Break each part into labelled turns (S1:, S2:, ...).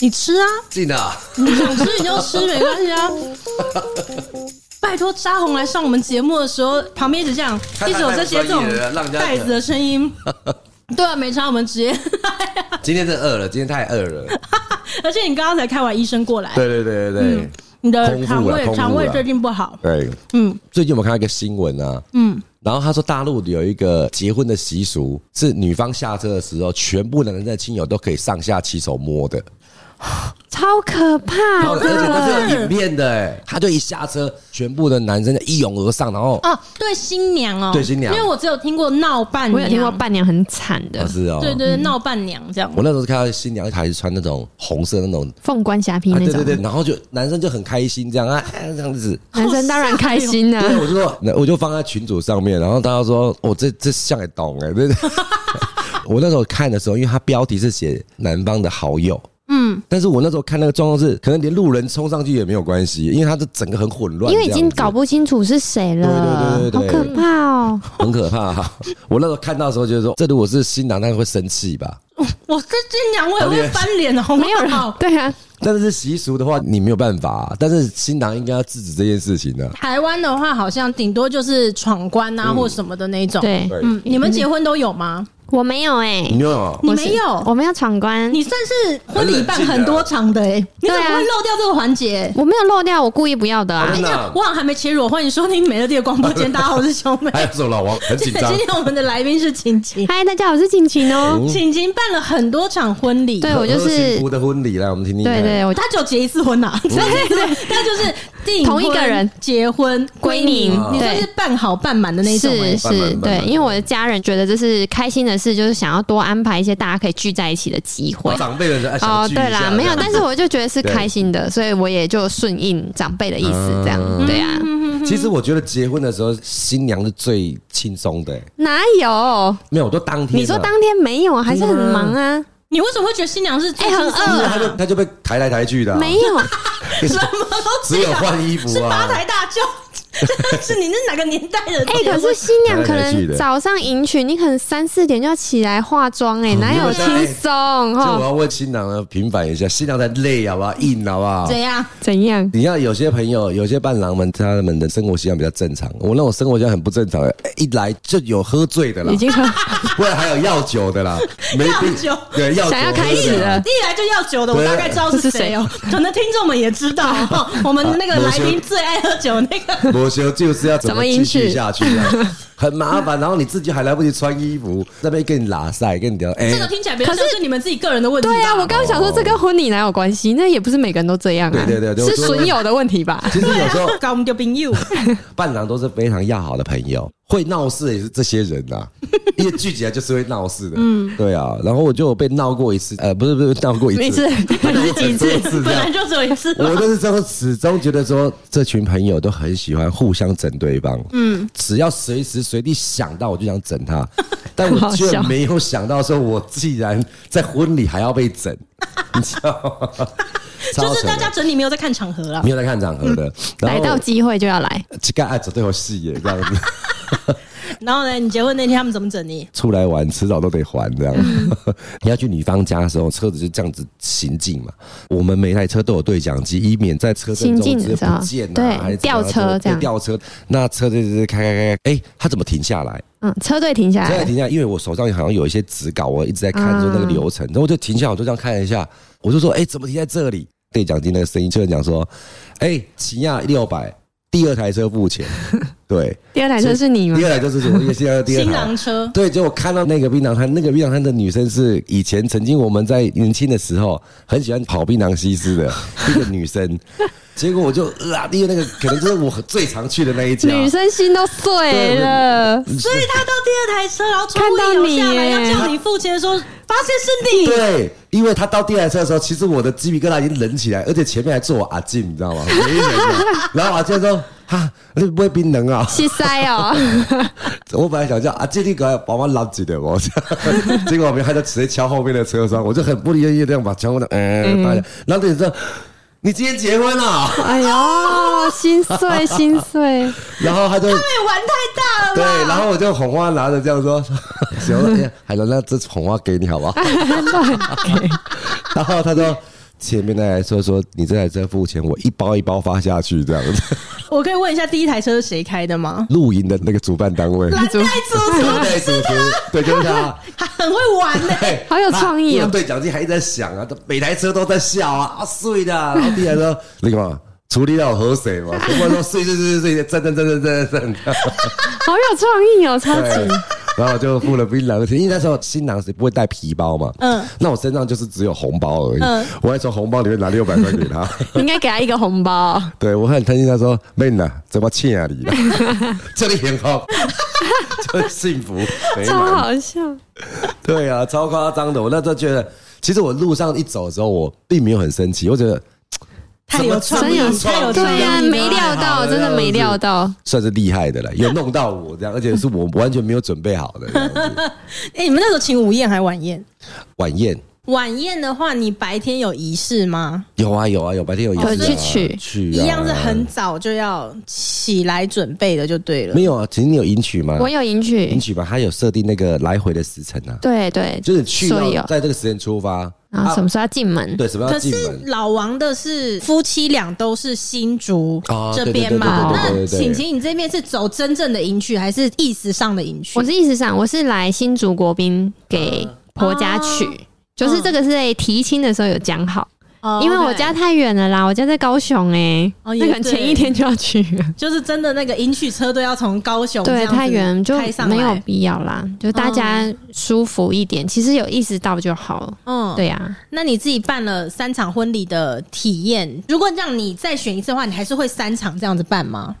S1: 你吃啊，
S2: 进 啊！
S1: 你想吃你就吃，没关系啊。拜托，扎红来上我们节目的时候，旁边一直这样，
S2: 他
S1: 一直有这些
S2: 太
S1: 这
S2: 专
S1: 种
S2: 业了让人家
S1: 袋子的声音。 对啊，没差，我们直接。
S2: 今天真的饿了，今天太饿了。
S1: 而且你刚刚才看完医生过来，
S2: 对对对对对
S1: 你的
S2: 空腹啊
S1: 肠胃
S2: 空腹啊
S1: 肠胃最近不好。
S2: 对，
S1: 嗯，
S2: 最近有没有看到一个新闻啊？嗯，然后他说大陆有一个结婚的习俗，是女方下车的时候，全部男人的亲友都可以上下其手摸的。
S3: 超可怕
S2: 而且他是有影片啊的，哎，他就一下车，全部的男生一拥而上，然后
S1: 哦，对新娘哦，
S2: 对新娘
S1: 因为我只有听过闹伴娘，
S3: 我有听过伴娘很惨
S2: 啊
S3: 的，
S2: 是哦，嗯
S1: 对对对闹伴娘这样。
S2: 我那时候看到新娘还是穿那种红色那种，
S3: 凤冠霞帔
S2: 啊、
S3: 那
S2: 对
S3: 种，
S2: 对对，然后就男生就很开心这样啊，哎这样子。
S3: 男生当然开心啊啦、
S2: 哎 对，我就说，那我就放在群组上面，然后大家说，我、这这 像也懂哎、对。我那时候看的时候，因为它标题是写男方的好友，嗯，但是我那时候看那个状况是，可能连路人冲上去也没有关系，因为它是整个很混乱，
S3: 因为已经搞
S2: 不
S3: 不清楚是谁了，
S2: 对对对对对
S3: 好可怕哦！
S2: 很可怕、哈我那时候看到的时候，就是说，这如果是新郎，那会生气吧？
S1: 我跟新娘我也会翻脸哦，
S3: 没有人
S1: 好不好
S3: 对啊，
S2: 但是习俗的话，你没有办法、啊但是新郎应该要制止这件事情啊 呢、
S1: 台湾的话，好像顶多就是闯关
S2: 嗯
S1: 啊，或什么的那一种。，
S3: 对
S2: 对，
S1: 嗯，你们结婚都有吗？
S3: 我没有哎、
S2: 你没有啊
S1: 你
S3: 我是
S1: 没有，
S3: 我没有闯关，
S1: 你算是婚礼办很多场的哎、你
S3: 啊
S1: 怎么会漏掉这个环节？
S3: 我没有漏掉，我故意不要的啊
S2: 真。的啊
S1: 我好像还没切入，欢迎收听美乐蒂的广播间，大家好，我是小
S3: 哎
S1: 美。
S2: 还有什么老王很紧
S1: 今
S2: 张，
S1: 天我们的来宾是晴晴，
S3: 嗨，大家好，我是晴晴哦。
S1: 晴晴办了很多场婚礼，
S3: 对我就是
S2: 和幸福的婚礼啦，我们听听看。
S3: 对对，我
S1: 她只有结一次婚呐、啊，对对，她就是订
S3: 嗯同一个
S1: 婚
S3: 人
S1: 结婚
S3: 归
S1: 你
S3: 宁，
S1: 你算
S3: 对
S1: 是办好办满的那一种、欸
S3: 是，
S2: 慢慢
S3: 是，
S2: 慢
S3: 对，
S2: 慢
S3: 因为我的家人觉得这是开心的事，就是想要多安排一些大家可以聚在一起的机会。
S2: 长辈的人哎
S3: 哦，对啦，没有，但 是我就觉得是
S2: 对
S3: 开心的，所以我也就顺应长辈的意思，这样
S2: 嗯
S3: 对啊，
S2: 其实我觉得结婚的时候，新娘是最轻松的、
S3: 哪有？
S2: 没有，我都当天啊。
S3: 你说当天没有啊，还是很忙
S2: 嗯
S3: 啊？
S1: 你为什么会觉得新娘是最
S3: 哎很
S1: 轻松
S3: 饿
S1: 的
S2: 他就他就被抬来抬去的啊、
S3: 没有，哎
S1: 什么都
S2: 只
S1: 知
S2: 有
S1: 道
S2: 换衣服
S1: 是八
S2: 啊。
S1: 抬大轿，真 的是你是哪个年代的？
S3: 哎，可是新娘可
S2: 来来去
S3: 能
S2: 的
S3: 早上迎娶，你可能三四点就要起来化妆，哎，哪有
S2: 嗯对
S3: 轻松
S2: 所以我
S3: 哈？
S2: 要为新郎呢平反一下，新郎才累好不好，硬好不好？
S1: 怎样？
S3: 怎样？
S2: 你看有些朋友，有些伴郎们，他们的生活习惯比较正常。我那种生活习惯很不正常的，哎一来就有喝醉的啦
S3: 已，经 很
S2: 不然还有药酒的啦，没病
S1: 药酒
S2: 对药酒
S3: 想 要开
S2: 喝
S3: 始
S2: 的啦
S3: 了。
S1: 一来就要酒的，我大概知道是谁哦、可能听众们也知道哦、我们那个来宾最爱喝酒那个。
S2: 裸修就是要怎
S3: 怎么
S2: 么
S3: 迎
S2: 继续
S3: 娶
S2: 下去啊，很麻烦。然后你自己还来不及穿衣服，那边跟你拉塞，跟你聊，哎、
S1: 这个听起来比较像是你们自己个人的问题吧。
S3: 对
S2: 哦
S3: 啊，我刚刚想说这跟婚礼哪有关系？那也不是每个人都这样啊，
S2: 对对对对我
S3: 是
S2: 说
S3: 损友的问题吧？
S2: 其实有时候
S1: 搞我们丢冰柚，
S2: 伴郎都是非常要好的朋友，会闹事也是这些人呐、啊，因为聚集来就是会闹事的。嗯，对啊。然后我就有被闹过一次，呃，不是不是 闹过一次，
S3: 每次是几次？
S2: 次
S1: 本
S2: 这样
S1: 来。就只有一次嘛。
S2: 我就是这种始终觉得说，这群朋友都很喜欢互相整对方。嗯，只要随时随地想到，我就想整他，但
S3: 很
S2: 我
S3: 好
S2: 却
S3: 笑
S2: 没有想到说，我既然在婚礼还要被整，你知道吗？超
S1: 就是
S2: 扯
S1: 大
S2: 的
S1: 家整理没有在看场合啦
S2: 没。有在看场合的，然
S3: 来
S2: 后
S3: 到机会就要来，
S2: 膝盖爱走对我戏耶，这样子
S1: 然后呢，你结婚那天他们怎么整你？
S2: 出来玩迟早都得还这样。 你要去女方家的时候，车子就这样子行进嘛。我们每台车都有对讲机，以免在车阵
S3: 行
S2: 中
S3: 进
S2: 直接
S3: 的时候
S2: 不见
S3: 对
S2: 啊，还是怎
S3: 吊
S2: 样
S3: 车
S2: 怎么
S3: 这样
S2: 对吊车。那车子就是开开开，哎，他怎么停下来？
S3: 嗯，车队停下
S2: 车在
S3: 来，
S2: 停下来，因为我手上好像有一些纸稿，我一直在看说那个流
S3: 嗯
S2: 程，然后我就停下来，我就这样看了一下，我就说，哎，怎么停在这里？对讲机那个声音就会讲说，哎，起亚六百，第二台车付钱，对。
S3: 第二台车是 你吗
S2: 第？二台就是我现在的第二
S1: 新
S2: 台
S1: 郎。车，
S2: 对，结果看到那个槟榔摊，那个槟榔摊的女生是以前曾经我们在年轻的时候很喜欢跑槟榔西施的一个女生，结果我就啊，因为那个可能就是我最常去的那一家，
S3: 女生心都碎了，
S1: 所以他到第二台车，然后窗户一
S3: 看到
S1: 摇
S3: 你
S1: 下来，
S3: 耶
S1: 要叫你付钱的时候，发现是你。
S2: 对，因为她到第二台车的时候，其实我的鸡皮疙瘩已经冷起来，而且前面还坐我阿静，你知道吗？没人啊然后阿静说：“哈， 你不会槟榔啊？”
S3: 气塞哦，
S2: 我本来想叫啊阿静，你赶快帮我拉几的，我 结果我没看到直接敲后面的车窗，我就很不愿意这样把窗户的嗯打开，然后你说你今天结婚啊了、
S3: 哎呦，心碎心碎，
S2: 然后他就
S1: 对，玩太大了
S2: 对，
S1: 吧？
S2: 然后我就红花拿着这样说， 行，哎呀海伦，那这红花给你好不好？然后他说。前面那台车说你这台车付钱，我一包一包发下去这样子。
S1: 我可以问一下，第一台车是谁开的吗？
S2: 露营的那个主办单位，
S1: 蓝带主厨，
S2: 对，主厨， 对，就是他。
S1: 他很会玩呢、
S2: 对
S3: 好有创意哦
S2: 哎那对讲机还一直在响啊，每台车都在笑啊，啊碎的啊。然后第一台说那个嘛，处理到河水嘛，全部都碎碎碎碎碎，震震震震震震。
S3: 好有创意哦，超级
S2: 对，然后我就付了槟榔的钱，因为那时候新郎是不会带皮包嘛，
S1: 嗯
S2: 嗯，那我身上就是只有红包而已，
S1: 嗯
S2: 我还从红包里面拿六百块给他，
S3: 你应该给他一个红包。
S2: 对我很担心他说妹呐，怎么欠啊你 啦？这里很 好，就是幸福美
S3: 超
S2: 满，
S3: 好笑，
S2: 对啊，超夸张的，我那时候觉得，其实我路上一走的时候，我并没有很生气，我觉得
S1: 太有创意，
S3: 真有
S1: 太有
S3: 对
S1: 创意
S3: 呀、
S1: 了
S3: 没料到，真的没料到。
S2: 算是厉害的了，有弄到我这样，而且是我完全没有准备好 的这样子
S1: 哎、你们那时候请午宴还晚宴？
S2: 晚宴。
S1: 晚宴的话，你白天有仪式吗？
S2: 有啊有啊有，白天有仪式、啊、
S3: 有哦去取
S2: 去、啊、
S1: 一样是很早就要起来准备的，就对了
S2: 没。有啊，其实你有迎娶吗？
S3: 我有迎
S2: 迎
S3: 娶，
S2: 娶吧，它有设定那个来回的时辰啊，
S3: 对对，
S2: 就是去
S3: 所以有
S2: 要在这个时间出发，啊
S3: 然后什么时候要进门？
S2: 对，什么
S1: 可
S2: 要
S1: 是
S2: 进门。
S1: 老王的是夫妻俩都是新竹
S2: 哦
S1: 这边嘛？
S2: 对对对对对
S1: 那
S2: 对对
S1: 请晴，你这边是走真正的迎娶，还是意思上的迎娶？
S3: 我是意思上，我是来新竹国宾给婆家娶，就是这个是在提亲的时候有讲好，
S1: 哦
S3: 因为我
S1: OK
S3: 家太远了啦，我家在高雄哎、
S1: 哦也
S3: 那可能前一天就要去了，
S1: 就是真的那个迎娶车队要从高雄这
S3: 对，
S1: 样子
S3: 太远就
S1: 开上来哦
S3: 没有必要啦，就大家舒服一点，其实有意识到就好了。
S1: 嗯，
S3: 对呀、啊
S1: 那你自己办了三场婚礼的体验，如果让你再选一次的话，你还是会三场这样子办吗？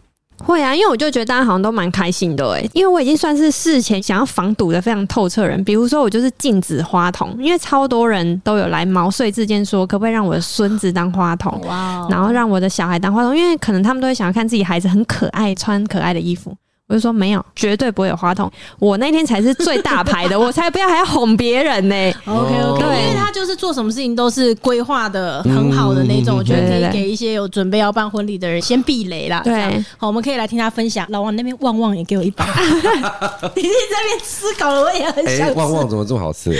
S3: 会啊，因为我就觉得大家好像都蛮开心的哎、因为我已经算是事前想要防堵的非常透彻的人，比如说我就是禁止花童，因为超多人都有来毛遂自荐说可不可以让我的孙子当花童，
S1: 哇哦，
S3: 然后让我的小孩当花童，因为可能他们都会想要看自己孩子很可爱，穿可爱的衣服。我就说没有，绝对不会有花童。我那天才是最大 牌的，我才不要还要哄别人呢、
S1: OK OK，
S3: 对
S1: 因为他就是做什么事情都是规划的很好的那种，
S2: 嗯
S1: 我觉得
S3: 对
S1: 可
S3: 对
S1: 以
S3: 对
S1: 给一些有准备要办婚礼的人先避雷啦。
S3: 对
S1: 这样好，我们可以来听他分享。老王那边旺旺也给我一 把，你自己在那边思考了，我也很想
S2: 哎，
S1: 吃。
S2: 旺旺怎么这么好吃？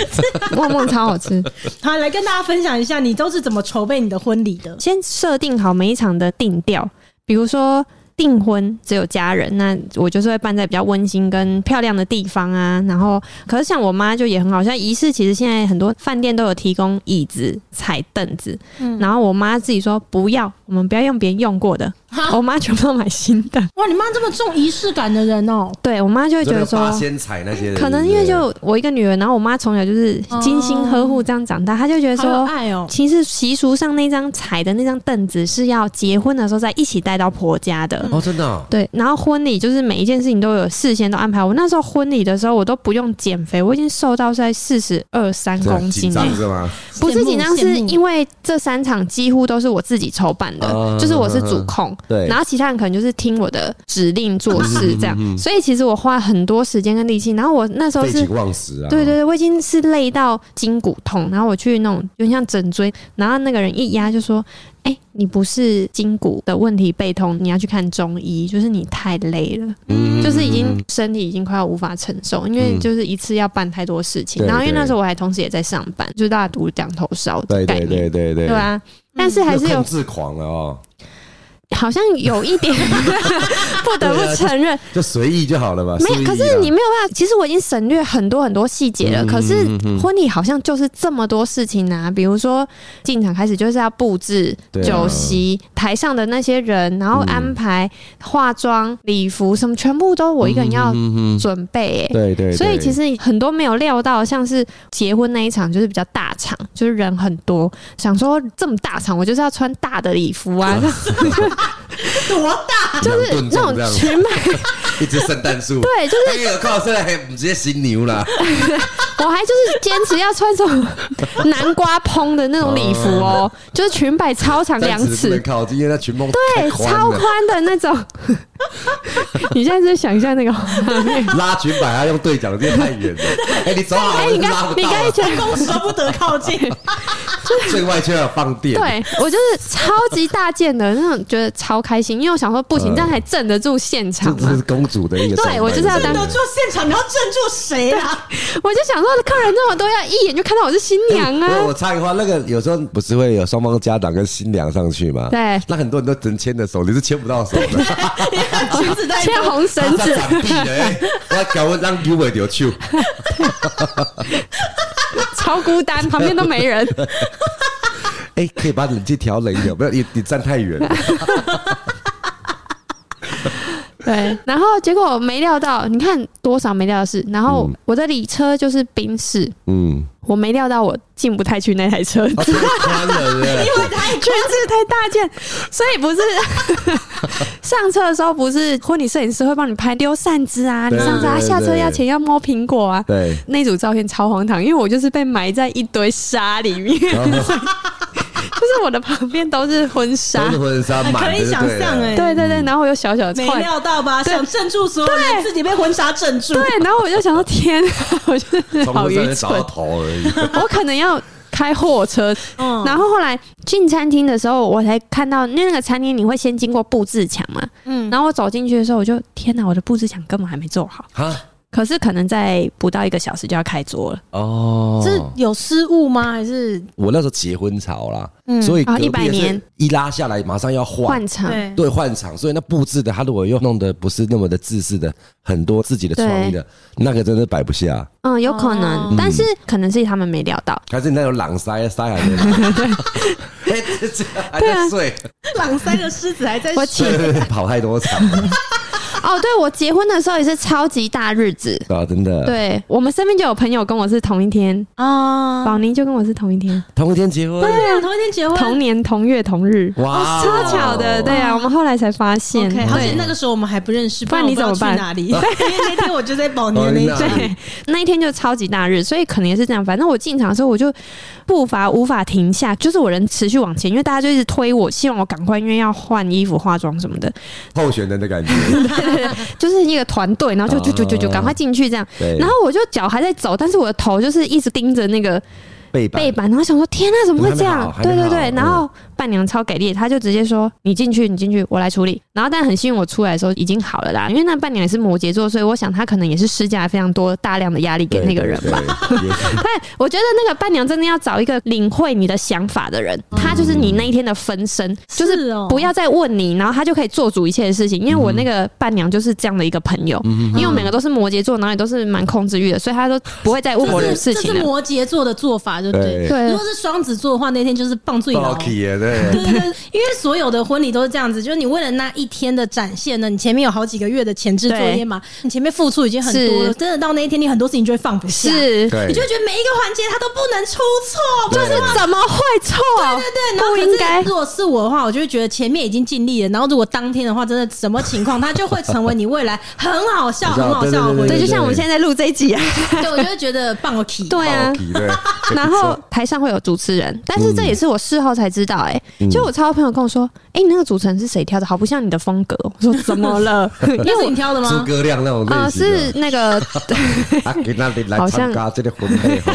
S3: 旺旺超好吃。
S1: 好，来跟大家分享一下，你都是怎么筹备你的婚礼的？
S3: 先设定好每一场的定调，比如说订婚只有家人，那我就是会办在比较温馨跟漂亮的地方啊。然后，可是像我妈就也很好，像仪式其实现在很多饭店都有提供椅子、踩凳子，然后我妈自己说不要，我们不要用别人用 过的，我妈全部都买新的。
S1: 哇，你妈这么重仪式感的人哦、
S3: 对我妈就 会觉
S2: 就那
S3: 得
S2: 个八
S3: 说。
S2: 仙彩那些的，
S3: 可能
S2: 对不
S3: 因
S2: 对
S3: 为就我一个女儿，然后我妈从小就是精心呵护这样长哦大，她就觉得
S1: 好有
S3: 说，
S1: 爱哦、
S3: 其实习俗上那张踩的那张凳子是要结婚的时候再一起带到婆家
S1: 嗯
S3: 的。
S2: 哦，真的哦
S3: 对，然后婚礼就是每一件事情都有事先都安排好。我那时候婚礼的时候，我都不用减肥，我已经瘦到在四十二三
S2: 这样
S3: 公
S2: 紧
S3: 斤
S2: 张
S3: 欸
S2: 是吗？
S3: 不是紧张，
S1: 羡慕
S3: 是因为这三场几乎都是我自己筹办的，
S2: 啊
S3: 就是我是主控，
S2: 对嗯
S3: 然后其他人可能就是听我的指令做事这样。所以其实我花很多时间跟力气。然后我那时候
S2: 废
S3: 是
S2: 寝忘食啊！
S3: 对对对，我已经是累到筋骨痛，然后我去弄，有点像整椎，然后那个人一压就说：“哎、你不是筋骨的问题背痛，你要去看中医，就是你太累了，
S2: 嗯，
S3: 就是已经身体已经快要无法承受，因为就是一次要办太多事情，
S2: 对
S3: 然后因为
S2: 对
S3: 那时候我还同时也在上班，就是大家读两头烧的
S2: 对
S3: 概
S2: 对
S3: 念，
S2: 对对对
S3: 对，啊。”但是还是
S2: 你
S3: 有
S2: 控，制狂了哦，
S3: 好像有一 点不得
S2: 对啊
S3: 不承认，
S2: 就随意就好了吧？
S3: 没有，可
S2: 随意啊
S3: 是
S2: 啦
S3: 你没有办法。其实我已经省略很多很多细节了，
S2: 嗯
S3: 可是
S2: 嗯嗯嗯
S3: 婚礼好像就是这么多事情啊，比如说进场开始就是要布置
S2: 对啊
S3: 酒席、台上的那些人，然后安排化妆、礼服什么，全部都我一个人要
S2: 嗯嗯嗯
S3: 准备、欸。
S2: 对对，对
S3: 所以其实很多没有料到，像是结婚那一场就是比较大场，就是人很多，想说这么大场，我就是要穿大的礼服 啊，
S1: 多大？
S3: 就是
S2: 两吨
S3: 那
S2: 重这
S3: 种
S2: 样
S3: 裙摆，
S2: 一只圣诞树，
S3: 对，就是。
S2: 哎呦靠，现在还不直接新牛啦，
S3: 我还就是坚持要穿这种南瓜蓬的那种礼服 哦，就是裙摆超长两
S2: 暂时不
S3: 尺
S2: 能，靠近，因为那裙峰
S3: 对，
S2: 太
S3: 超
S2: 宽了
S3: 宽。的那种。 你现在是想象那 个画面？
S2: 拉裙摆还要用对讲机，太远 了。哎，你走好，
S3: 哎、
S2: 我
S3: 你
S2: 就拉
S3: 刚
S2: 不
S3: 你
S2: 到
S3: 刚才
S2: 了。
S3: 觉 得，
S1: 公舍不得靠 近，
S2: 最外圈要放电，
S3: 对我就是超级大件的那种，觉得超开心。行，因为我想说不行，
S2: 嗯
S3: 这样还镇得住现场
S2: 这
S3: 吗
S2: 是？公主的一个身份。
S3: 对我就是要当
S1: 镇得住现场，你要镇住谁啊？
S3: 我就想说，客人那么多，要一眼就看到我是新娘
S2: 哎 我
S3: 啊！
S2: 我插一话，那个有时候不是会有双方家长跟新娘上去嘛？
S3: 对
S2: 那很多人都只能牵着手，你是牵不到手 的。
S1: 裙子带
S3: 牵
S1: 走，
S3: 红绳 子，
S2: 长臂的，哎我搞我让 U 尾流去，
S3: 超孤单，旁边都没人。
S2: 哎，可以把冷气调冷一点，不要你你站太 远了。
S3: 对， 然后结果没料到，你看多少没料的事。然后我的里车就是宾士，
S2: 嗯，
S3: 我没料到我进不太去那 台车子，
S2: 哦太宽了，对不 对
S1: 因为太
S3: 裙子太大件，所以不是 上车的时候不是婚礼摄影师会帮你拍丢扇子啊，你
S2: 对
S3: 上车啊
S2: 对
S3: 下车
S2: 对
S3: 要钱要摸苹果啊。
S2: 对。
S3: 那组照片超荒唐，因为我就是被埋在一堆沙里 面，就
S2: 然后
S3: 是我的旁边都是婚纱
S2: 都是。婚纱满的，
S1: 可以想
S2: 对了
S1: 象哎
S3: 对对对，然后我又小小的
S1: 没
S3: 窜
S1: 料到吧？
S3: 对
S1: 想镇住所有人，
S3: 对
S1: 自己被婚纱镇住。
S3: 对，然后我就想说天啊，我就是
S2: 从
S3: 好
S2: 头上面
S3: 愚
S2: 找到
S3: 蠢，
S2: 头而已。
S3: 我可能要开货车。
S1: 嗯
S3: 然后后来进餐厅的时候，我才看到，因为那个餐厅你会先经过布置墙嘛，
S1: 嗯，
S3: 然后我走进去的时候，我就天哪，我的布置墙根本还没做好，
S2: 哈
S3: 可是可能在不到一个小时就要开桌了。
S2: 哦，
S1: 是有失误吗？还是
S2: 我那时候结婚潮啦，
S1: 嗯
S2: 所以
S3: 啊
S2: 隔壁
S3: 100
S2: 是
S3: 年
S2: 一拉下来马上要换
S3: 换，场，
S1: 对？
S2: 对换场，所以那布置的他如果又弄得不是那么的自私的，很多自己的创意的，那个真的摆不下。
S3: 嗯，有可能，
S1: 哦
S3: 但是可能是他们没料到，
S2: 还是你那有朗塞塞还没来，哎，这还在睡，
S1: 朗塞的狮子还在睡
S3: 我起
S2: 对对对跑太多场了
S1: 嗯
S3: 哦，对我结婚的时候也是超级大日子。
S2: 啊，真的。，
S3: 对我们身边就有朋友跟我是同一天，
S1: 啊！
S3: 宝宁就跟我是同一天，
S2: 同一天结婚
S1: 对，啊，同一天结婚，
S3: 同年同月同日，
S2: 哇哦，
S3: 超巧的。对啊，我们后来才发现，
S1: OK，好险
S3: 对
S1: 那个时候我们还不认识，不然
S3: 不然
S1: 我不
S3: 你
S1: 知道
S3: 怎么办
S1: 去哪里？因为那天我就在保 年那一
S2: 保年
S1: 站
S2: 啊，
S3: 对，那一天就超级大日，所以可能也是这样。反正我进场的时候，我就步伐无法停下，就是我人持续往前，因为大家就一直推我，希望我赶快，因为要换衣服、化妆什么的，
S2: 嗯候选人的感觉。
S3: 就是一个团队，然后就就就就就
S2: 啊
S3: 赶快进去这样。
S2: 对，
S3: 然后我就脚还在走，但是我的头就是一直盯着那个
S2: 背
S3: 背
S2: 板
S3: 板，然后想说天呐，怎么会
S2: 还
S3: 这
S2: 没
S3: 样
S2: 好？还
S3: 对
S2: 没
S3: 对
S2: 好嗯
S3: 对，然后伴娘超给力，她就直接说你进去，你进去，我来处理。然后但很幸运，我出来的时候已经好了啦，因为那伴娘也是摩羯座，所以我想她可能也是施加非常多大量的压力给那个人吧。
S2: 吧，对也是
S3: 但我觉得那个伴娘真的要找一个领会你的想法的人，她就是你那一天的分身， 就是
S1: 哦
S3: 不要再问你，然后她就可以做主一切的事情。因为我那个伴娘就是这样的一个朋友，因为我们两个都是摩羯座，然后也都是蛮控制欲的，所以她都不会再问我
S1: 这
S3: 的事
S1: 是这
S3: 情
S1: 是
S3: 了。
S1: 摩羯座的做法，对不对？
S2: 对
S3: 对
S1: 如果是双子座的话，那天就是棒最牢。
S2: lucky 耶，
S1: 对。
S2: 对
S1: 对 对，因为所有的婚礼都是这样子，就是你为了那一天的展现呢，你前面有好几个月的前置作业嘛，你前面付出已经很多了，
S3: 是
S1: 真的到那一天，你很多事情就会放不下，
S3: 是，
S2: 对，
S1: 你就会觉得每一个环节它都不能出错，
S2: 对
S1: 不
S3: 怎么会错？
S1: 对对，然后
S3: 不
S1: 可
S3: 应
S1: 是
S3: 该。
S1: 如果是我的话，我就会觉得前面已经尽力了，然后如果当天的话，真的什么情况，它就会成为你未来很好笑、
S2: 我知道
S1: 很好笑的回忆。
S3: 对，
S2: 对
S3: 就像我们现在在录这一集啊，
S1: 对，我就会觉得棒个 key。
S3: 对啊，
S2: lucky 对，
S3: 然后台上会有主持人，但是这也是我事后才知道、欸，哎、
S2: 嗯
S3: 就我超多朋友跟我说，哎、你那个主持人是谁挑的？好不像你的风格哦。我说怎么了？ 因
S1: 那
S3: 为
S1: 是你
S3: 我
S1: 挑的
S2: 诸
S1: 吗？
S2: 葛亮那种
S3: 啊、
S2: 类型的
S3: 是那个
S2: 啊，给那里来参加这个婚礼哈，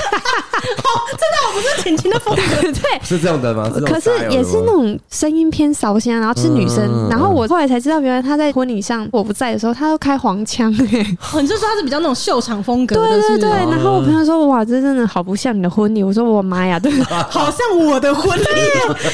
S1: 是简青的风格。
S3: 对。
S2: 是这样的吗？这种
S3: 可是
S2: style
S3: 也是
S2: 的吗
S3: 那种声音偏骚香，然后是女生，
S2: 嗯嗯嗯
S3: 然后我后来才知道，原来她在婚礼上我不在的时候，她都开黄 腔、欸，
S1: 哦，你就说他是比较那种秀场风格
S3: 对
S1: 的，是
S3: 对
S1: 不
S3: 对。
S1: 是？
S3: 然后我朋友说，哇，这真的好不像你的婚礼。我说我妈呀， 对，
S1: 好像我的婚礼，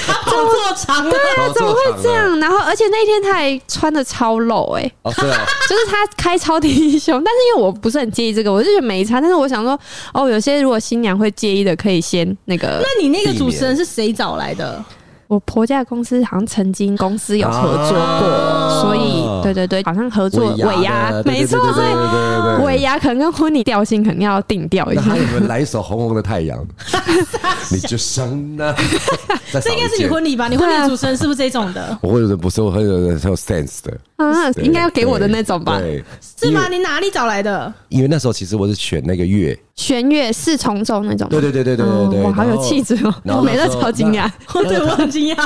S1: 他跑错场了。
S3: 对啊，怎么会这样？然后而且那一天她还穿的超露、欸，哎，
S2: 哦，对啊，
S3: 就是他开超低胸，但是因为我不是很介意这个，我就觉得没差。但是我想说，哦，有些如果新娘会介意的，可以先那个。
S1: 那你那个主持人是谁找来的？
S3: 我婆家的公司好像曾经公司有合作过，
S2: 啊
S3: 所以对对对，好像合作
S2: 尾
S3: 尾
S2: 牙
S3: 牙
S2: 的，
S3: 没错，
S2: 对
S3: 所
S2: 对对对
S3: 以
S2: 对对对
S3: 尾牙可能跟婚礼调性肯定要定调一
S2: 那
S3: 下
S2: 还。有没有来一首《红红的太阳》？你就像那，这
S1: 这应该是你婚礼吧？你婚
S3: 啊
S1: 礼主持人是不是这种 的？
S2: 我会有人不是，我会有人很有 sense 的，
S3: 啊，
S2: 对
S3: 应该要给我的那种吧。
S2: 对，
S1: 是吗？你哪里找来 的？
S2: 因为？因为那时候其实我是选那个月，
S3: 弦乐四重奏那种吗。
S2: 对对对对对对
S3: 哦
S2: 对，
S3: 哇，好有
S2: 然后
S3: 气质哦！
S2: 然
S3: 我
S2: 后
S3: 每
S2: 那
S3: 次
S2: 时候
S3: 超惊讶，
S1: 哦，对我很惊讶，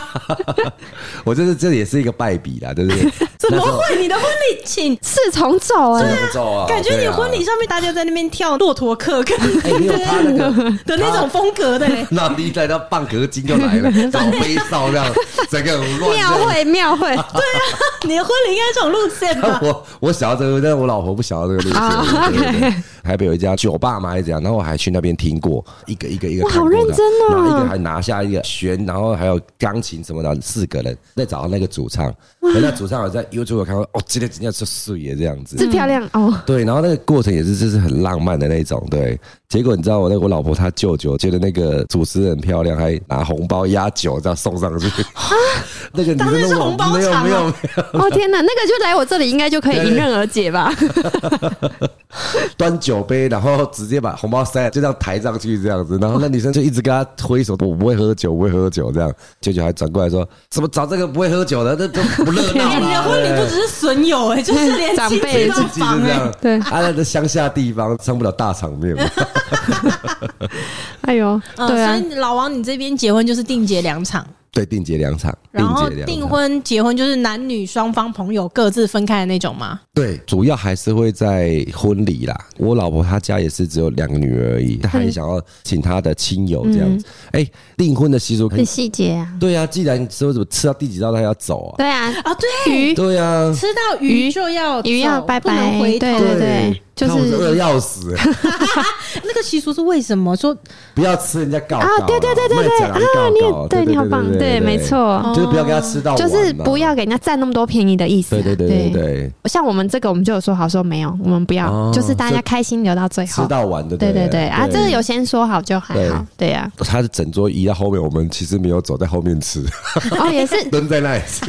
S2: 我这是这也是一个败笔啦，对不对？
S1: 这怎么会？你的婚礼请
S3: 四重奏哎、
S2: 真的不错啊，
S1: 感觉
S2: 对
S1: 你
S2: 啊
S1: 婚礼上面大家在那边跳骆驼课 跟
S2: 哎没有他那个
S1: 的那种风格的、欸，
S2: 那你来到蚌壳精就来了，老悲少让，整个很乱。
S3: 庙会 庙会，
S1: 你的婚礼应该这种路线吧
S2: 但？我我想要这个，但是我老婆不想要这个路
S3: 啊
S2: 线。对对对台北有一家酒吧嘛，还是怎样？然后我还去那边听过一个一个一个
S3: 哇
S2: 看过
S3: 好
S2: 的，
S3: 认真哦
S2: 然后一个还拿下一个弦，然后还有钢琴什么的，四个人再找到那个主唱，可那主唱有在 YouTube 看过，哦，今天今天是素颜这样子，
S3: 是漂亮哦，
S2: 对，然后那个过程也是就是很浪漫的那种，对。结果你知道我那个我老婆她舅舅觉得那个主持人漂亮，还拿红包压酒这样送上去。 那个女
S1: 当
S2: 生
S1: 然
S2: 都
S1: 是
S2: 我
S1: 红包
S2: 没有
S1: 场
S2: 没有
S1: 啊
S2: 没
S3: 哦天哪，那个就来我这里应该就可以迎刃而 解吧？
S2: 有端酒杯，然后直接把红包塞就这样抬上去这样子，然后那女生就一直跟他挥手，我不会喝酒，我不会喝酒这样。舅舅还转过来说，怎么找这个不会喝酒的， 那都不热闹
S1: 哎、
S2: 啊。
S1: 你的婚礼 不只是损友哎、就是连
S3: 长
S1: 亲
S3: 辈
S1: 戚
S2: 对
S1: 都
S2: 自己
S1: 防
S2: 是这
S1: 哎、
S2: 样，
S3: 对
S2: 啊，那在乡下地方上不了大场面嘛。
S3: 哎呦，
S1: 嗯
S3: 对啊
S1: 所，以老王，你这边结婚就是定结两场，
S2: 对，定结两场，
S1: 然后
S2: 结两
S1: 订
S2: 场
S1: 婚、结婚就是男女双方朋友各自分开的那种吗？
S2: 对，主要还是会在婚礼啦。我老婆她家也是只有两个女儿而已，她还想要请她的亲友这样子。哎、订婚的习俗很
S3: 很细节啊，
S2: 对啊，既然说怎么吃到第几道她要走啊？
S3: 对啊，
S1: 啊，对，
S3: 鱼
S2: 对啊，
S1: 吃到鱼就要
S3: 鱼要
S1: 走
S3: 拜
S1: 不能
S3: 拜，
S1: 回
S3: 对
S1: 头。啊
S3: 对对，就
S2: 看我
S3: 是
S2: 饿得要死，
S1: 那个习俗是为什么说
S2: 不要吃人家告告
S3: 啊，对对对对对
S2: 啊，
S3: 啊，你
S2: 告告
S3: 也对你好棒，对，没，错，哦
S2: 就是不要给他吃到完
S3: 就
S2: 嘛，
S3: 是不要给人家占那么多便宜的意思啊。
S2: 对对对对对，
S3: 像我们这个，我们就有说好说没有，我们不要，
S2: 哦
S3: 就是大家开心留到最
S2: 吃
S3: 后。
S2: 到完的，
S3: 对对对啊，这个有先说好就还好。对啊，
S2: 他的整桌移到后面，我们其实没有走在后面吃，
S3: 哦也是，
S2: 蹲在那里吃。